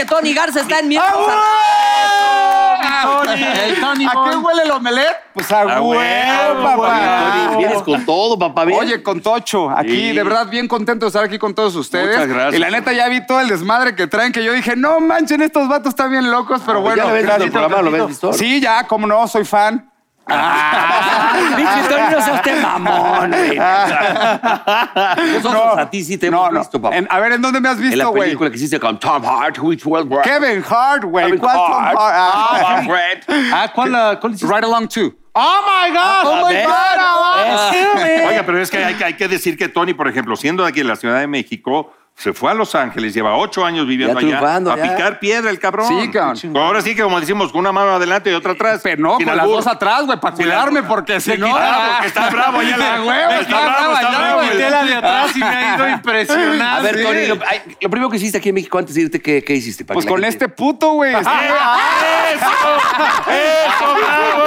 S1: Tony Garza está en mi
S4: El Tony
S7: ¿A qué
S4: Mon.
S7: huele el omelet? Pues a,
S3: A
S7: huevo,
S3: huevo,
S7: papá.
S2: Tony, vienes con todo, papá. bien.
S7: Oye, con Tocho, aquí
S3: Sí.
S7: de verdad bien contento de estar aquí con todos ustedes.
S3: Muchas gracias.
S7: Y la neta ya vi todo el desmadre que traen que yo dije, no manchen, estos vatos están bien locos, pero bueno.
S2: Ah, pues ya lo ves visto el
S7: gracias.
S2: programa, lo ves visto.
S7: Sí, ya, como no, soy fan.
S1: Ah,
S7: Ah.
S1: Pinche Tony, no seas te mamón, güey.
S2: Nosotros a ti sí te hemos
S7: no.
S2: visto, papá.
S7: En- a ver, ¿en dónde me has
S2: En la
S7: visto, güey?
S2: película que hiciste con Tom Hart, Which World War.
S7: Kevin Hart, güey.
S2: Kevin
S7: ¿Cuál Tom
S2: Hart?
S7: Hart? Ah,
S2: Tom Hart.
S4: Ah, ¿cuál, la- cuál hiciste?
S7: Right Along 2.
S4: ¡Oh, my
S3: Ah,
S4: God!
S7: ¡Oh, my
S2: ver.
S7: God!
S3: Oiga, pero es que hay, que- hay que decir que Tony, por ejemplo, siendo de aquí en la Ciudad de México, se fue a Los Ángeles, lleva ocho años viviendo
S2: Ya
S3: allá,
S2: triunfando,
S3: a
S2: ya.
S3: picar piedra el cabrón.
S7: Sí, cabrón.
S3: Ahora sí que, como decimos, con una mano adelante y otra atrás.
S7: Pero no,
S3: Sin
S7: con las
S3: albur.
S7: dos atrás, güey, para
S3: Sin
S7: cuidarme,
S3: albur.
S7: porque si
S3: Sí,
S7: no...
S3: claro, porque está bravo ya la-
S7: Ah, güey,
S3: está
S7: ya
S3: bravo,
S7: estaba
S3: está
S7: ya,
S3: bravo,
S7: güey.
S3: el-
S4: Volté la de atrás y me ha ido impresionante.
S2: A ver, Tony, lo, ay, lo primero que hiciste aquí en México antes de irte, ¿qué, qué hiciste? Para
S7: Pues
S2: que la
S7: con
S2: gente-
S7: este puto, güey. Estuve
S3: ¡ah! ¡Eso, bravo!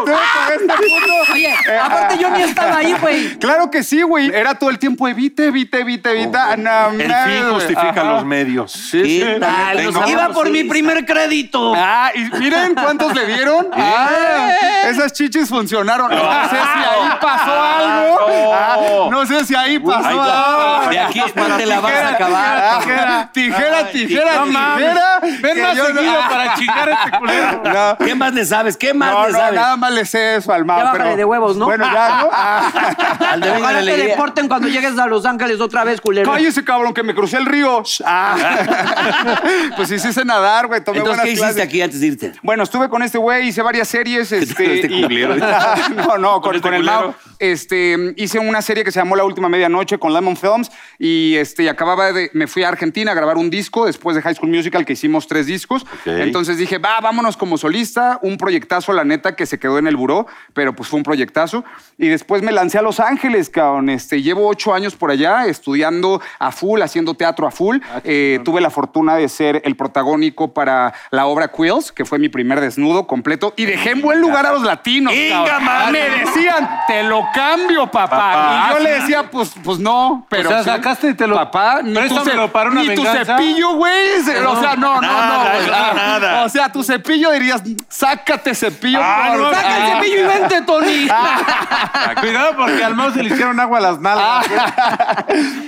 S7: estuve con este puto.
S1: Oye, aparte yo ni estaba ahí, güey.
S7: Claro que sí, güey. Era todo el tiempo evite, evite, evite, evita. No,
S3: Oh, El
S7: mames,
S3: fin
S7: güey.
S3: justifica
S7: Ajá.
S3: los medios.
S2: ¿Qué tal?
S3: Tengo-
S2: Los
S1: Iba
S2: amamos,
S1: por
S2: sí.
S1: mi primer crédito.
S7: Ah, y miren cuántos le dieron. Ah, esas chichis funcionaron. No sé si ahí pasó algo. Ah, no sé si ahí pasó
S2: Ay,
S7: algo.
S2: De aquí no te la vas a acabar.
S7: Tijera, tijera, tijera, tijera.
S4: Ven
S7: Que
S4: más
S7: yo no-
S4: seguido para chingar a este culero.
S7: No.
S2: ¿Qué más le sabes? ¿Qué más
S7: No,
S2: le
S7: no,
S2: sabes?
S7: nada más le sé eso al
S1: Ya
S7: Mao,
S1: bájale
S7: pero...
S1: de huevos, ¿no?
S7: Bueno, ya, ¿no? Ah,
S2: Al de venga la
S1: Ojalá te
S2: alegría.
S1: deporten cuando llegues a Los Ángeles otra vez, culero.
S7: cállese, cabrón, que me crucé el río. Ah. Pues sí, sí sé nadar, güey, tomé
S2: Entonces,
S7: buenas
S2: ¿qué hiciste
S7: clases.
S2: aquí antes de irte?
S7: Bueno, estuve con este güey, hice varias series. Este,
S2: Este
S7: y-
S2: culero.
S7: no, no,
S3: Con
S7: con,
S3: este
S7: con el
S3: culero.
S7: Mao. Este, hice una serie que se llamó La Última Medianoche con Lemon Films y este, y acababa de, me fui a Argentina a grabar un disco después de High School Musical que hicimos tres discos. Entonces dije, va, vámonos como solista, un proyectazo, la neta, que se quedó en el buró, pero pues fue un proyectazo. Y después me lancé a Los Ángeles, cabrón. Este, llevo ocho años por allá estudiando a full, haciendo teatro a full. Eh, tuve la fortuna de ser el protagónico para la obra Quills, que fue mi primer desnudo completo y dejé en buen lugar a los latinos.
S3: Inga,
S7: cabrón.
S3: madre.
S7: Me decían, te lo cambio, papá.
S3: Papá,
S7: y yo
S3: sí.
S7: le decía, pues, pues no, pero.
S4: o sea,
S7: sí.
S4: sacaste y te lo.
S7: Papá, ni tu,
S4: préstamelo
S7: ce-
S4: para una
S7: ni tu
S4: venganza.
S7: cepillo, güey. se- O sea, no, no,
S3: Nada,
S7: no. güey. Ah,
S3: eso no, nada.
S7: O sea, tu cepillo dirías, sácate cepillo.
S3: Ah,
S7: por-
S3: no,
S1: Saca el cepillo y vente, Tony.
S4: Cuidado porque al mouse se le hicieron agua a las nalgas.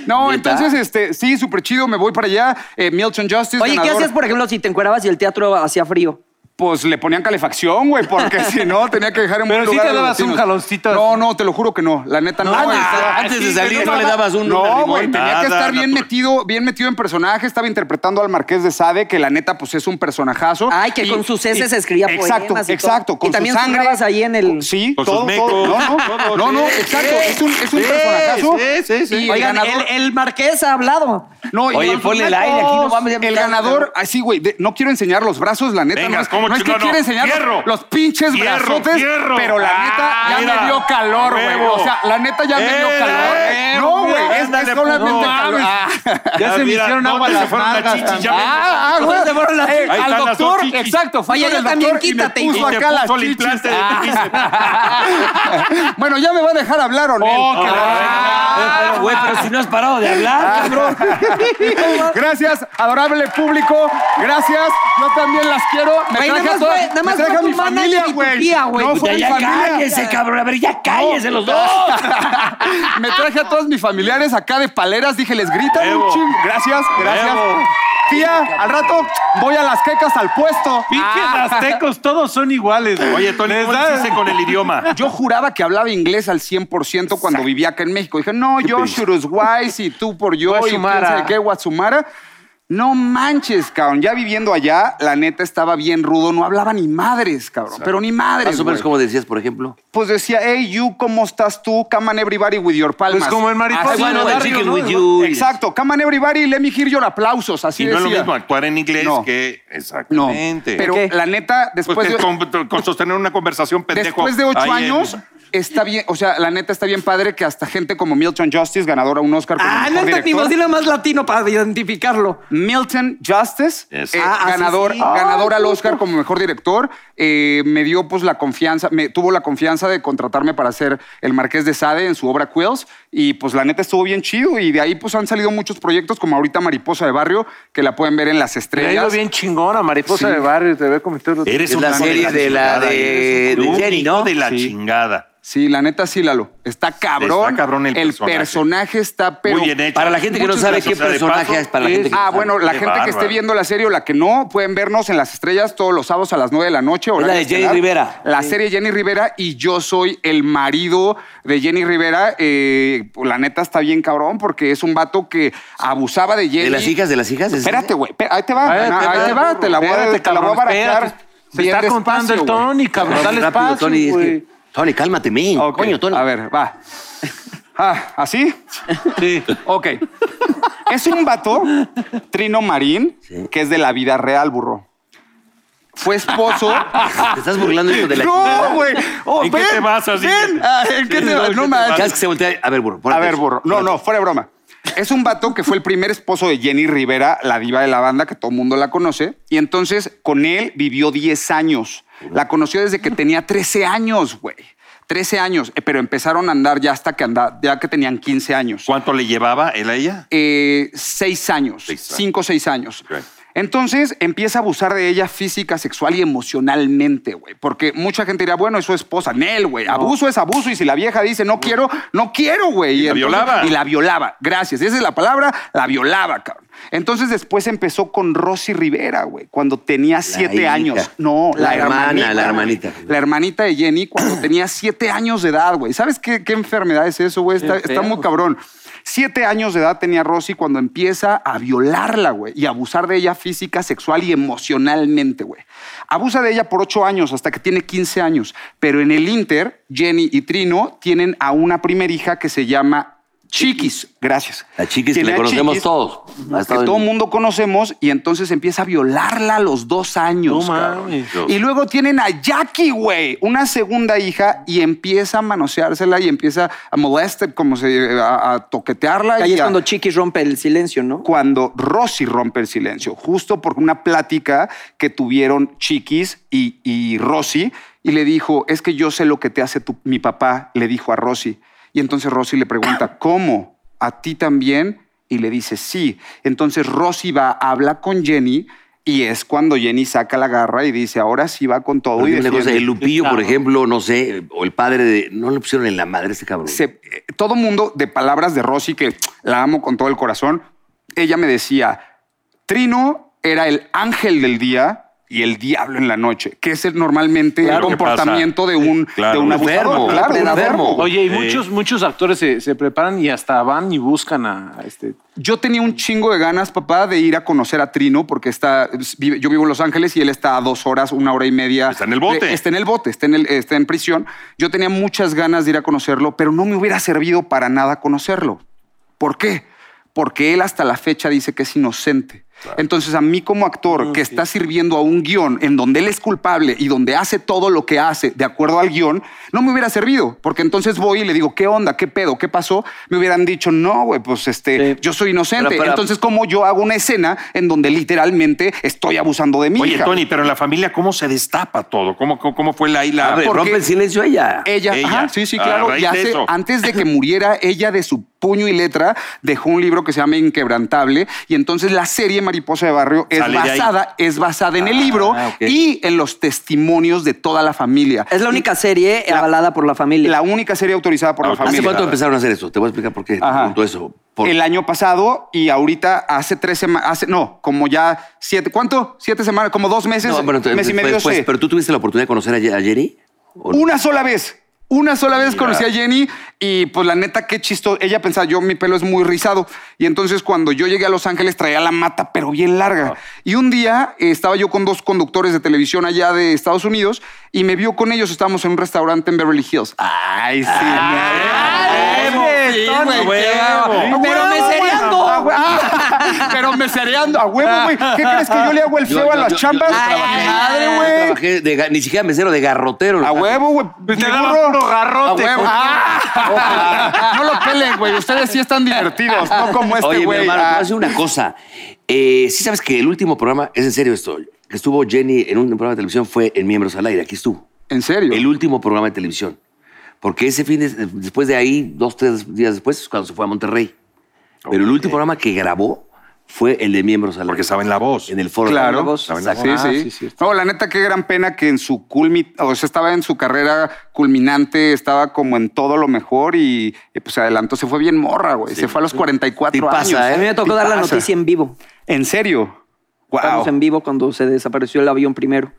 S7: No,
S2: ¿Neta?
S7: entonces, este, sí, súper chido, me voy para allá. Eh, Milton Justice.
S1: Oye, ¿qué
S7: ganador.
S1: hacías, por ejemplo, si te encuerabas y el teatro hacía frío?
S7: Pues le ponían calefacción, güey, porque si no, tenía que dejar en
S4: Pero
S7: buen
S4: sí
S7: lugar
S4: te
S7: a los
S4: dabas un
S7: latinos.
S4: jaloncito.
S7: No, no, te lo juro que no. La neta, no, güey.
S2: Ah, antes de salir, no le dabas un
S7: No,
S2: limón.
S7: güey, tenía
S3: Nada,
S7: que estar bien
S3: natural.
S7: metido, bien metido en personaje. Estaba interpretando al Marqués de Sade, que la neta, pues es un personajazo.
S1: Ay, que con sus heces escribía
S7: exacto,
S1: poemas y todo.
S7: Exacto,
S1: Y
S7: con su
S1: también
S7: sangre.
S1: sudabas ahí en el-
S7: Con- Sí,
S3: Con sus
S7: todo,
S3: mecos.
S7: todo. No, no,
S3: Todo,
S7: no, no,
S3: sí.
S7: exacto. Es un, es un
S3: Sí,
S7: personajazo.
S3: sí, sí, sí.
S7: Y el
S1: Oigan,
S7: ganador-
S1: el, el marqués ha hablado.
S7: no, y
S2: Oye,
S7: los
S2: ponle el aire, aquí no vamos a-
S7: El ganador, así, güey, de- no quiero enseñar los brazos, la neta.
S3: Venga,
S7: no es,
S3: ¿cómo
S7: no es que
S3: chingón, no?
S7: quiera enseñar los-
S3: Fierro.
S7: los pinches
S3: Fierro,
S7: brazotes,
S3: fierro.
S7: pero la neta
S3: Ah,
S7: ya
S3: mira.
S7: me dio calor, güey.
S3: Huevo.
S7: O sea, la neta ya me dio
S3: Eh,
S7: calor.
S3: eh,
S7: No, güey, es- es,
S3: ándale,
S7: solamente
S3: puto.
S7: calor. Ah,
S4: Ya se me
S3: Mira,
S4: hicieron agua a
S3: ¿dónde se
S4: las
S3: fueron las
S4: nalgas.
S3: chichis?
S4: también.
S3: Ya ven.
S7: Ah, ah, güey.
S1: ¿Dónde fueron las-
S7: Eh,
S1: Ahí
S3: están
S7: al
S3: las
S7: doctor,
S3: dos chichis.
S7: exacto. fui
S1: Oye,
S7: con
S1: yo
S7: el
S1: también
S7: doctor y me
S1: quítate.
S7: puso
S3: Y te
S7: acá las
S3: puso el
S7: chichis.
S3: implante de
S7: Ah.
S3: bíceps.
S7: Bueno, ya me va a dejar hablar, Onel.
S3: Oh,
S4: qué
S7: Ah.
S2: Pero, güey, pero si no has parado de hablar, cabrón.
S7: Gracias, adorable público. Gracias. Yo también las quiero. Me
S1: Güey,
S7: traje
S1: nada
S7: a
S1: más
S7: todas.
S1: fue- nada
S7: me
S1: más
S7: traje
S1: fue
S7: a
S1: tu
S7: mi
S1: manager
S7: familia,
S1: y tu
S7: güey.
S1: tía, güey.
S7: No,
S1: Puta,
S7: fue
S2: Puta,
S7: mi
S2: ya
S7: familia.
S2: cállese, cabrón. A ver, ya cállese los dos.
S7: Me traje a todos mis familiares acá de paleras. Dije, les gritan un
S3: Huevo.
S7: ching. Gracias, gracias.
S3: Huevo.
S7: Tía, al rato voy a las quecas al puesto.
S4: Pinches aztecos, todos son iguales.
S3: Oye, Tony,
S4: Les
S3: ¿cómo
S4: da-
S3: le hiciste con el idioma?
S7: Yo juraba que hablaba inglés al 100% cuando vivía acá en México. Dije, no, yo Shuruswais y tú por yo y quién
S4: Guasumara.
S7: sabe qué, Guasumara. No manches, cabrón. Ya viviendo allá, la neta estaba bien rudo. No hablaba ni madres, cabrón. Pero ni madres,
S2: Más o menos
S7: güey.
S2: como decías, por ejemplo.
S7: Pues decía, hey, you, ¿cómo estás tú? Come on everybody with your palmas.
S4: Pues como en Mariposa,
S7: Así,
S4: bueno,
S7: güey.
S2: de
S4: Barrio,
S2: chicken
S4: ¿no?
S2: with you.
S7: Exacto. Come on everybody, let me hear your aplausos. Así
S3: Y no es lo
S7: decía.
S3: mismo actuar en inglés
S7: No.
S3: que...
S7: No,
S3: Exactamente.
S7: pero
S1: ¿Qué?
S7: la neta, después
S3: Pues que
S7: de...
S3: con, con sostener una conversación pendejo.
S7: Después de ocho
S3: ahí en-
S7: años, está bien, o sea, la neta está bien padre que hasta gente como Milton Justice, ganadora a un Oscar como
S1: Ah, no
S7: mejor
S1: entendimos, dile
S7: director.
S1: más latino para identificarlo.
S7: Milton Justice,
S3: Yes.
S7: eh,
S1: Ah, ah, sí,
S7: ganador,
S1: sí.
S7: ganador
S3: Ah.
S7: al Oscar como mejor director, eh, me dio pues la confianza, me tuvo la confianza de contratarme para ser el Marqués de Sade en su obra Quills Y pues la neta estuvo bien chido y de ahí pues han salido muchos proyectos como ahorita Mariposa de Barrio, que la pueden ver en las
S4: Te ha ido
S7: estrellas.
S4: bien chingona, mariposa
S7: Sí.
S4: de barrio, te veo como todo.
S3: Eres
S2: Es
S3: una
S2: la serie de la de- de Jenny, ¿no?
S3: De la
S2: Sí.
S3: chingada.
S7: Sí, la neta sí, Lalo. Está cabrón.
S3: Está cabrón el personaje.
S7: está pero
S3: Muy bien hecho.
S2: Para la gente que no
S3: Muchas
S2: sabe
S3: gracias.
S2: qué
S3: O sea, de
S2: personaje
S3: paso,
S2: es, para la gente que
S7: Ah,
S2: no sabe.
S7: bueno, la
S3: Qué
S7: gente que esté
S3: bárbaro.
S7: viendo la serie o la que no, pueden vernos en las estrellas todos los sábados a las 9 de la noche.
S2: la
S7: horario
S2: de Jenny
S7: estelar.
S2: Rivera.
S7: La serie Jenny Rivera y yo soy el marido de Jenny Rivera. Eh, pues, la neta está bien cabrón porque es un vato que abusaba de Jenny.
S2: De las hijas, de las hijas. es-
S7: Espérate, güey. espera, Ahí te va.
S4: Ahí te
S7: ahí
S4: va,
S7: te va. Te la voy a,
S4: espérate,
S7: te la voy a
S4: cabrón,
S7: barajar.
S4: espérate. Se
S7: bien
S4: está contando
S7: despacio,
S4: el
S7: güey.
S4: Tony, cabrón. Dale
S2: Rápido,
S4: espacio,
S2: Tony, es que-
S4: güey.
S2: Tony, cálmate, men.
S7: Ok,
S2: Coño, Tony.
S7: A ver, va. Ah, ¿así?
S4: Sí.
S7: Ok. Es un vato, Trino Marín, que es de la vida real, burro. Fue esposo.
S2: Te estás burlando hijo de la chingada.
S7: ¡No, güey! Oh,
S3: ¿En qué
S7: ven,
S3: te vas así?
S7: ven. Ah, ¿En qué te vas? No
S2: ¿Qué
S7: manches.
S2: haces que se voltea? A ver, burro.
S7: A
S2: ponete
S7: ver,
S2: eso.
S7: burro. No, no, fuera de broma. Es un vato que fue el primer esposo de Jenny Rivera, la diva de la banda, que todo el mundo la conoce. Y entonces con él vivió 10 años. La conoció desde que tenía 13 años, güey. 13 años. Eh, Pero empezaron a andar ya hasta que anda- ya que tenían 15 años.
S3: ¿Cuánto le llevaba él a ella?
S7: Eh, seis años,
S3: Seis años.
S7: cinco o seis años.
S3: Ok.
S7: Entonces empieza a abusar de ella física, sexual y emocionalmente, güey. Porque mucha gente dirá, bueno, es su esposa. Nel, güey. Abuso es abuso. Y si la vieja dice, no quiero, no quiero, güey.
S3: la
S7: entonces-
S3: violaba.
S7: Y la violaba. Gracias. Esa es la palabra, la violaba, cabrón. Entonces después empezó con Rosy Rivera, güey, cuando tenía siete
S2: hija.
S7: años. No, la,
S2: La hermana,
S7: hermanita,
S2: la
S7: güey.
S2: hermanita.
S7: La hermanita de Jenny cuando tenía siete años de edad, güey. ¿Sabes qué, qué enfermedad es eso, güey? Está, está muy cabrón. Siete años de edad tenía Rosy cuando empieza a violarla, güey, y a abusar de ella física, sexual y emocionalmente, güey. Abusa de ella por ocho años hasta que tiene 15 años. Pero en el Inter, Jenny y Trino tienen a una primer hija que se llama Chiquis. Gracias.
S2: La chiquis que
S7: Tiene
S2: la
S7: a
S2: conocemos
S7: Chiquis,
S2: todos. Ha
S7: que
S2: estado en-
S7: todo el mundo conocemos y entonces empieza a violarla a los dos años.
S4: No
S7: cabrón.
S4: mames.
S7: Y luego tienen a Jackie, güey, una segunda hija y empieza a manoseársela y empieza a molestar, como se, a, a toquetearla.
S1: Ahí
S7: y
S1: es
S7: a-
S1: cuando Chiquis rompe el silencio, ¿no?
S7: cuando Rosy rompe el silencio, justo por una plática que tuvieron Chiquis y, y Rosy, y le dijo, es que yo sé lo que te hace tu- mi papá, le dijo a Rosy. Y entonces Rosy le pregunta, ¿cómo? ¿A ti también? Y le dice, sí. Entonces Rosy va, habla con Jenny, y es cuando Jenny saca la garra y dice, ahora sí va con todo.
S2: Por
S7: y
S2: ejemplo, una cosa,
S7: defiende".
S2: el Lupillo, por ejemplo, no sé, o el padre de. No le pusieron en la madre a este cabrón.
S7: se- eh, todo mundo de palabras de Rosy, que la amo con todo el corazón, ella me decía, Trino era el ángel del día y el diablo en la noche, que es el, normalmente
S3: Claro
S7: el
S3: que
S7: comportamiento de un,
S3: pasa. Claro,
S7: de un
S3: un
S7: abusador,
S2: enfermo,
S7: claro,
S2: un
S7: un
S2: enfermo.
S7: enfermo.
S4: Oye, y
S3: Sí.
S4: muchos, muchos actores se, se preparan y hasta van y buscan a, a este.
S7: Yo tenía un chingo de ganas, papá, de ir a conocer a Trino, porque está, vive- yo vivo en Los Ángeles y él está a dos horas, una hora y media.
S3: Está en el bote.
S7: De- está en el bote, está en, el- está en prisión. Yo tenía muchas ganas de ir a conocerlo, pero no me hubiera servido para nada conocerlo. ¿Por qué? Porque él hasta la fecha dice que es inocente. Entonces a mí como actor que está sirviendo a un guión en donde él es culpable y donde hace todo lo que hace de acuerdo al guión, no me hubiera servido, porque entonces voy y le digo, ¿qué onda? ¿Qué pedo? ¿Qué pasó? Me hubieran dicho, no, güey, pues este,
S4: Sí.
S7: yo soy inocente.
S2: Pero para-
S7: Entonces, ¿cómo yo hago una escena en donde literalmente estoy abusando de mi
S3: Oye,
S7: hija?
S3: Tony, pero en la familia, ¿cómo se destapa todo? ¿Cómo, cómo, cómo fue la
S2: A
S3: isla?
S2: ver,
S7: ¿por
S2: rompe
S7: qué?
S2: el silencio ella.
S7: Ella,
S3: Ella.
S7: ajá, sí, sí,
S3: A
S7: claro.
S3: raíz
S7: Y
S3: de
S7: hace-
S3: eso.
S7: antes de que muriera, ella de su puño y letra dejó un libro que se llama Inquebrantable. Y entonces la serie Mariposa de Barrio es
S3: Sale de ahí. Ah,
S7: basada, es basada en el libro
S2: ok.
S7: y en los testimonios de toda la familia.
S1: Es la única serie avalada por la familia.
S7: La única serie autorizada por la
S3: ¿Hace
S2: ¿Hace
S7: familia.
S2: cuánto empezaron a hacer eso? Te voy a explicar por qué.
S7: Ajá.
S2: Todo eso. Por-
S7: El año pasado y ahorita hace tres semanas, hace, no, como ya siete, ¿cuánto? Siete semanas, como dos meses,
S2: No, pero,
S7: mes y medio.
S2: pues, pues,
S7: sí.
S2: pero tú tuviste la oportunidad de conocer a, Ye- a Jerry. ¿O no?
S7: Una sola vez. Una sola vez conocí a Jenny y pues la neta qué chistoso. Ella pensaba, yo mi pelo es muy rizado. Y entonces cuando yo llegué a Los Ángeles traía la mata pero bien larga. Y un día eh, estaba yo con dos conductores de televisión allá de Estados Unidos y me vio con ellos. Estábamos en un restaurante en Beverly Hills. Ay, sí.
S3: Ah,
S4: ¡Ay,
S7: me-
S4: Tony,
S7: güey, qué huevo.
S1: Pero
S7: güey.
S1: mesereando.
S7: Ah, güey. Ah, Pero me cereando. A huevo, güey. ¿Qué crees que yo le hago el
S2: Yo-
S7: feo a
S2: yo-
S7: las
S2: yo-
S7: chambas?
S2: yo
S1: trabajé-
S7: Madre,
S2: Yo
S7: güey.
S2: Ah, trabajé de ga- ni siquiera mesero, de garrotero.
S7: A huevo, güey.
S4: Te
S7: Mi
S4: da
S7: burro.
S4: puro garrote,
S7: A huevo.
S4: güey.
S7: Ah. No lo pelen, güey. Ustedes sí están divertidos, no como este
S2: Oye, mi
S7: güey.
S2: hermano, te voy
S7: Ah.
S2: a decir una cosa. Eh, sí sabes que el último programa, es en serio esto, que estuvo Jenny en un programa de televisión fue en Miembros al Aire, aquí estuvo.
S7: ¿En serio?
S2: El último programa de televisión. Porque ese fin, de- después de ahí, dos, tres días después, es cuando se fue a Monterrey. Pero el último programa que grabó fue el de Miembros al
S3: Porque
S2: Aire,
S3: saben la voz.
S2: En el foro
S7: Claro.
S2: de Voz.
S3: Saben la
S7: Ah, Sí, sí. No, la neta, qué gran pena que en su culmi, o sea, estaba en su carrera culminante, estaba como en todo lo mejor y eh, pues se adelantó, se fue bien morra, güey. se fue a los 44
S2: Tipaza,
S7: años.
S2: ¿eh?
S1: A mí me tocó dar la
S7: Tipaza.
S1: noticia en vivo.
S7: ¿En serio? Wow.
S1: Estamos en vivo cuando se desapareció el avión primero.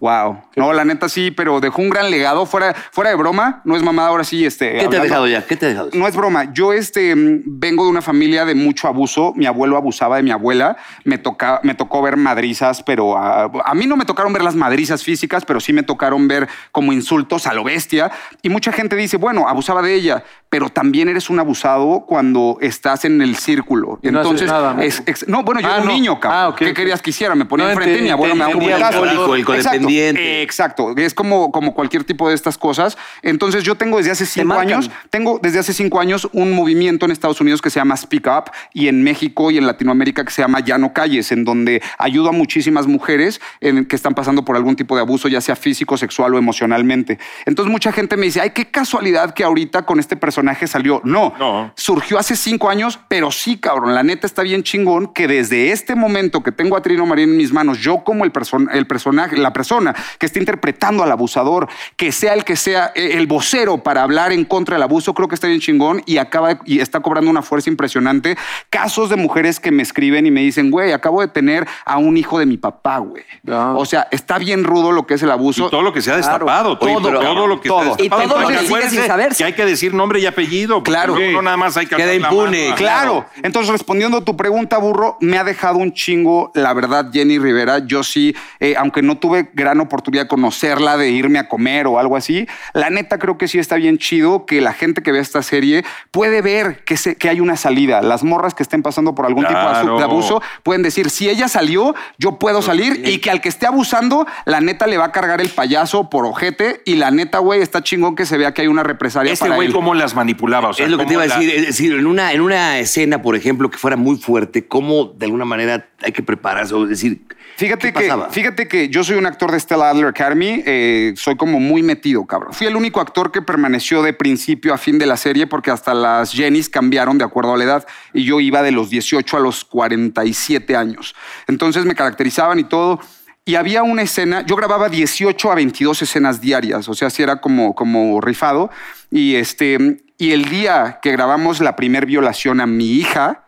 S7: Wow. No, la neta sí, pero dejó un gran legado fuera, fuera de broma. No es mamada ahora sí,
S2: ¿Qué
S7: este.
S2: te ha
S7: hablando-
S2: dejado ya? ¿Qué te ha dejado?
S7: No es broma. Yo este, mm, vengo de una familia de mucho abuso. Mi abuelo abusaba de mi abuela. Me, toca, me tocó ver madrizas, pero a, a mí no me tocaron ver las madrizas físicas, pero sí me tocaron ver como insultos a lo bestia. Y mucha gente dice, bueno, abusaba de ella, pero también eres un abusado cuando estás en el círculo.
S4: Y no haces
S7: Entonces,
S4: nada, ¿no?
S7: es- ex- no, bueno, yo
S4: Ah,
S7: era un
S4: no.
S7: niño, cabrón.
S4: Ah, ok,
S7: ¿Qué
S4: ok.
S7: querías que hiciera? Me ponía
S4: No,
S7: enfrente y mi
S4: ente-
S7: abuelo me daba un
S2: entendí,
S7: puñetazo.
S2: alcohólico, el
S7: Exacto.
S2: codependiente.
S7: Exacto, es como, como cualquier tipo de estas cosas. Entonces yo tengo desde hace cinco
S1: marcan.
S7: años, tengo desde hace cinco años un movimiento en Estados Unidos que se llama Speak Up y en México y en Latinoamérica que se llama Ya no calles, en donde ayudo a muchísimas mujeres en, que están pasando por algún tipo de abuso, ya sea físico, sexual o emocionalmente. Entonces mucha gente me dice, ay, qué casualidad que ahorita con este personaje salió. No,
S3: No.
S7: surgió hace cinco años, pero sí, cabrón, la neta está bien chingón que desde este momento que tengo a Trino Marín en mis manos, yo como el, person- el personaje, la persona que está interpretando al abusador, que sea el que sea eh, el vocero para hablar en contra del abuso, creo que está bien chingón y acaba y está cobrando una fuerza impresionante. Casos de mujeres que me escriben y me dicen, güey, acabo de tener a un hijo de mi papá, güey.
S4: Ah.
S7: O sea, está bien rudo lo que es el abuso.
S3: Y todo lo que se ha destapado,
S2: Oye,
S3: todo,
S2: pero-
S3: todo lo que
S7: todo.
S3: se ha
S1: Y
S3: destapado.
S1: todo lo que
S3: Entonces,
S1: sigue
S3: acuérdense
S1: sin saberse.
S3: Que hay que decir nombre y apellido. porque
S7: Claro.
S3: luego
S7: Sí.
S3: no nada más hay que
S2: Queda
S3: alzar la
S2: impune,
S3: mano.
S7: Claro. Entonces, respondiendo a tu pregunta, burro, me ha dejado un chingo, la verdad, Jenny Rivera. Yo sí, eh, aunque no tuve gran oportunidad de conocerla, de irme a comer o algo así, la neta creo que sí está bien chido que la gente que vea esta serie puede ver que, se- que hay una salida. Las morras que estén pasando por algún tipo
S3: Claro.
S7: de asu- de abuso pueden decir, si ella salió, yo puedo salir y que al que esté abusando, la neta le va a cargar el payaso por ojete y la neta, güey, está chingón que se vea que hay una represalia
S3: Este
S7: para
S3: güey
S7: él.
S3: cómo las manipulaba. O sea,
S2: es lo que te iba
S3: cómo
S2: a
S3: la-
S2: decir. Es decir, en una, en una escena, por ejemplo, que fuera muy fuerte, ¿cómo de alguna manera hay que prepararse? O decir,
S7: Fíjate
S2: ¿qué
S7: que,
S2: pasaba?
S7: fíjate que yo soy un actor de Stella Adler Academy, eh, soy como muy metido, cabrón. Fui el único actor que permaneció de principio a fin de la serie porque hasta las Jennys cambiaron de acuerdo a la edad y yo iba de los 18 a los 47 años. Entonces me caracterizaban y todo. Y había una escena, yo grababa 18 a 22 escenas diarias, o sea, si era como, como rifado. Y, este, y el día que grabamos la primer violación a mi hija,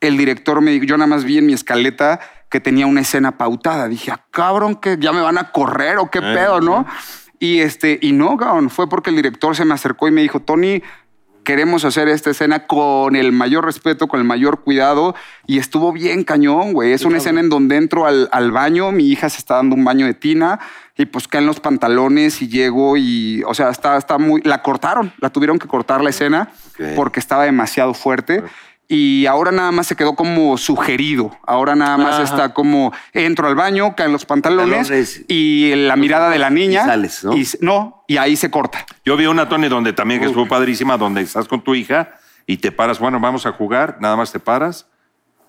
S7: el director me dijo, yo nada más vi en mi escaleta que tenía una escena pautada. Dije, ah, cabrón, que ya me van a correr o qué pedo, ¿no? Y, este, y no, cabrón, fue porque el director se me acercó y me dijo, Tony, queremos hacer esta escena con el mayor respeto, con el mayor cuidado. Y estuvo bien cañón, güey. Es una escena en donde entro al, al baño, mi hija se está dando un baño de tina y pues caen los pantalones y llego y, o sea, está, está muy... La cortaron, la tuvieron que cortar la escena porque estaba demasiado fuerte. Y ahora nada más se quedó como sugerido. Ahora nada más está como entro al baño, caen los pantalones
S2: Pantalones.
S7: y la mirada de la niña.
S2: sales, ¿no?
S7: Y, s- no, y ahí se corta.
S3: Yo vi una, Tony, donde también que estuvo padrísima, donde estás con tu hija y te paras. Bueno, vamos a jugar, nada más te paras,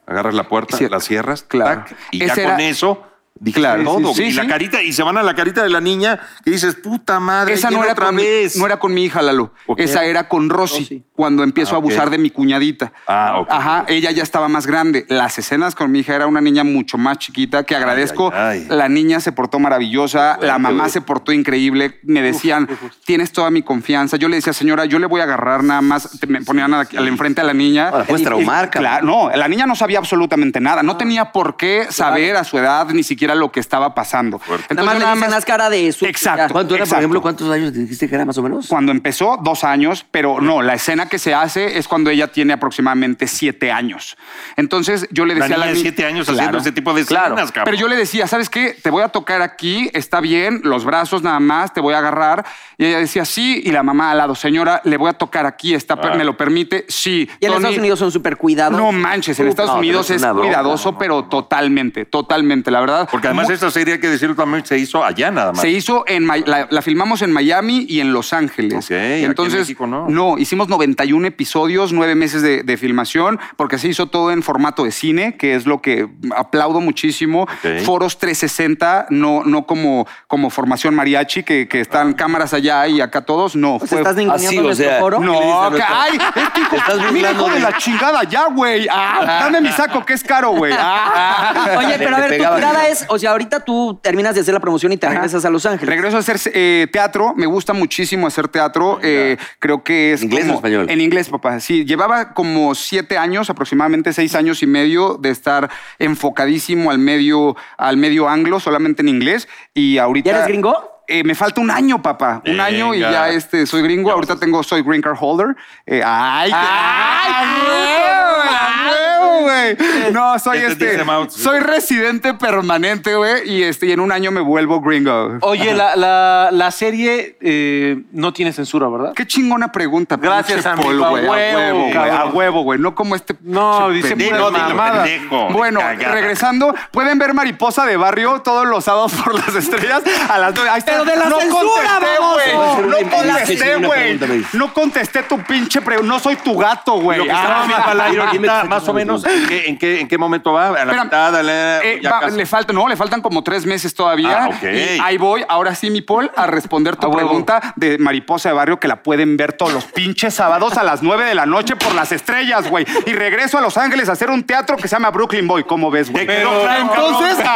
S3: agarras la puerta,
S7: Cier-
S3: la cierras,
S7: claro.
S3: tac, y ya
S7: Ese
S3: con
S7: era-
S3: eso. Dije
S7: Claro.
S3: todo,
S7: Sí,
S3: güey. y
S7: sí.
S3: la carita, y se van a la carita de la niña y dices, puta madre,
S7: Esa
S3: y
S7: no era,
S3: otra
S7: con, mi-
S3: vez.
S7: no era con mi hija, Lalo.
S3: Ok.
S7: Esa era con Rosy, cuando empiezo
S3: Ah,
S7: a
S3: ok.
S7: abusar de mi cuñadita.
S3: Ah, ok.
S7: Ajá, ella ya estaba más grande. Las escenas con mi hija era una niña mucho más chiquita, que agradezco.
S3: ay, ay.
S7: La niña se portó maravillosa,
S3: Bueno,
S7: la mamá
S3: güey.
S7: se portó increíble. Me decían, tienes toda mi confianza. Yo le decía, señora, yo le voy a agarrar nada más. Te- Me ponían al- al enfrente a la niña.
S3: Ah,
S2: Ahora, puedes
S7: Y- y-
S2: "Ah, traumar, cabrón.
S7: Claro, no, la niña no sabía absolutamente nada. No tenía por qué saber a su edad ni siquiera lo que estaba pasando.
S1: Nada más
S7: yo
S1: le dicen haz cara de sucio,
S7: Exacto.
S1: ya.
S2: ¿cuánto era, por
S7: exacto.
S2: ejemplo, cuántos años dijiste que era más o menos?
S7: cuando empezó, dos años, pero no, la escena que se hace es cuando ella tiene aproximadamente siete años. Entonces yo le
S3: La
S7: decía a la
S3: niña de
S7: ni-
S3: siete años haciendo ese tipo de escenas,
S7: claro.
S3: cabrón.
S7: Pero yo le decía, ¿sabes qué? Te voy a tocar aquí, está bien, los brazos nada más, te voy a agarrar. Y ella decía, sí, y la mamá al lado, señora, le voy a tocar aquí, está,
S3: Ah.
S7: per- me lo permite, sí.
S1: Y en
S7: Tony,
S1: Estados Unidos son Pues, súper cuidados.
S7: no manches, en Estados
S2: no,
S7: Unidos
S2: pero es
S7: es
S2: una bronca,
S7: cuidadoso, pero totalmente, totalmente. La verdad,
S3: Porque además
S7: Mu-
S3: esta serie, hay que decirlo también, se hizo allá nada más.
S7: Se hizo en Mi- la, la filmamos en Miami y en Los Ángeles.
S3: Ok, aquí en
S7: Entonces,
S3: México no.
S7: hicimos 91 episodios, nueve meses de, de filmación, porque se hizo todo en formato de cine, que es lo que aplaudo muchísimo. Foros 360, no, no como, como formación mariachi, que, que están
S3: Ah.
S7: cámaras allá y acá todos. No,
S1: Pues
S7: fue-
S1: estás ninguneando
S2: así, o
S1: nuestro
S2: sea,
S1: foro.
S7: No, que- ay, este hijo,
S2: Te estás
S7: mira,
S2: burlando
S7: hijo de
S2: de-
S7: la chingada ya, güey. Ah, dame mi saco que es caro, güey. Ah.
S1: Oye, pero a ver,
S2: Le
S1: tu
S2: pegaba.
S1: tirada es, o sea, ahorita tú terminas de hacer la promoción y te regresas a Los Ángeles.
S7: Regreso a hacer eh, teatro. Me gusta muchísimo hacer teatro. Eh, creo que es.
S2: ¿En inglés o
S7: como-
S2: español?
S7: En inglés, papá. Sí, llevaba como siete años, aproximadamente seis años y medio, de estar enfocadísimo al medio, al medio anglo, solamente en inglés. Y ahorita.
S1: ¿Ya eres gringo?
S7: Eh, me falta un año, papá. Un año y
S3: Venga.
S7: ya este, soy gringo. Ahorita tengo, soy green card holder. Eh, ¡Ay! qué- ¡Ay, huevo, güey! No, soy
S3: Ya te
S7: este.
S3: dicen out.
S7: Soy residente permanente, güey. Y este, y en un año me vuelvo gringo.
S4: Oye, la, la- la serie eh, no tiene censura, ¿verdad?
S7: Qué chingona pregunta.
S4: Gracias,
S7: pinche
S4: amigo.
S7: Polo,
S4: A
S7: güey. A
S4: huevo,
S7: huevo, güey. A
S4: cabrón.
S7: huevo, güey. No como este.
S4: No,
S7: pinche
S4: dice
S7: pendejo.
S4: puras
S3: dilo,
S4: mamadas.
S3: pendejo, de
S7: Bueno,
S3: cagada.
S7: regresando, pueden ver Mariposa de Barrio todos los sábados por las estrellas a las nueve. Ahí está.
S1: Pero de la
S7: no
S1: censura, baboso.
S2: Puede ser
S7: contesté,
S2: un
S7: güey. No
S2: impeachment, sí,
S7: contesté,
S2: una
S7: güey.
S2: pregunta me dice.
S7: No contesté tu pinche pregunta. No soy tu gato, güey.
S3: Lo que
S7: Ah,
S3: estaba viendo al aire ahorita,
S2: Dime,
S3: más o menos, ¿en qué, en qué- en qué momento va? ¿A la
S7: Espérame.
S3: mitad? a la-
S7: Eh,
S3: ya
S7: va-
S3: casi.
S7: le falta, no, le faltan como tres meses todavía.
S3: Ah, ok.
S7: Y ahí voy, ahora sí, mi Paul, a responder tu
S4: A huevo.
S7: pregunta de Mariposa de Barrio, que la pueden ver todos los pinches sábados a las nueve de la noche por las estrellas, güey. Y regreso a Los Ángeles a hacer un teatro que se llama Brooklyn Boy. ¿Cómo ves, güey?
S3: Te quedó claro,
S7: Entonces,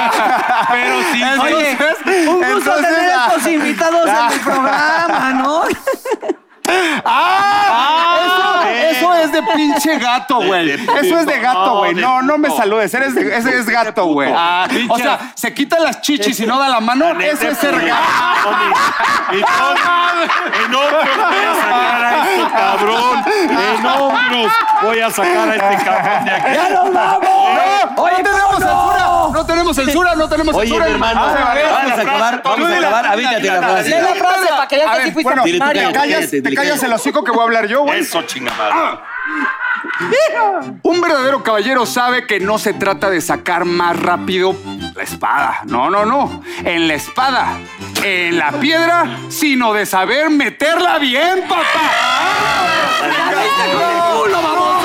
S4: Pero sí,
S1: Oye, un gusto
S7: entonces,
S1: tener
S7: ah.
S1: estos invitados en el programa, ¿no?
S7: ¡Ah! eso, eso es de pinche gato, güey. Eso es de gato, güey. No, no me saludes. Eres de- ese es gato, güey. Ah, o sea, se quita las chichis y no da la mano. Eso es ser gato.
S3: Mi hombros, en hombros pues, voy a sacar a
S7: Ah.
S3: este cabrón. En hombros voy a sacar a este cabrón de aquí.
S1: ¡Ya nos vamos!
S7: No,
S1: Oye,
S7: no tenemos censura. No tenemos censura, no tenemos
S2: Oye,
S7: censura.
S2: mi hermano,
S7: Ah, a ver,
S2: vamos a acabar, vamos a acabar. Avíntate la
S1: Lee
S2: frase.
S1: la frase para que veas
S7: a
S1: que sí
S7: ver,
S1: fuiste
S7: bueno,
S2: Dile, tú
S1: primario.
S7: te callas,
S2: cállate,
S7: te
S2: dile,
S7: callas el hocico que voy a hablar yo, güey.
S3: Eso, chingamada.
S7: Un verdadero caballero sabe que no se trata de sacar más rápido la espada. No, no, no. En la espada, en la piedra, sino de saber meterla bien, papá.
S1: ¡Ya viste con el culo, vamos!
S7: Oh,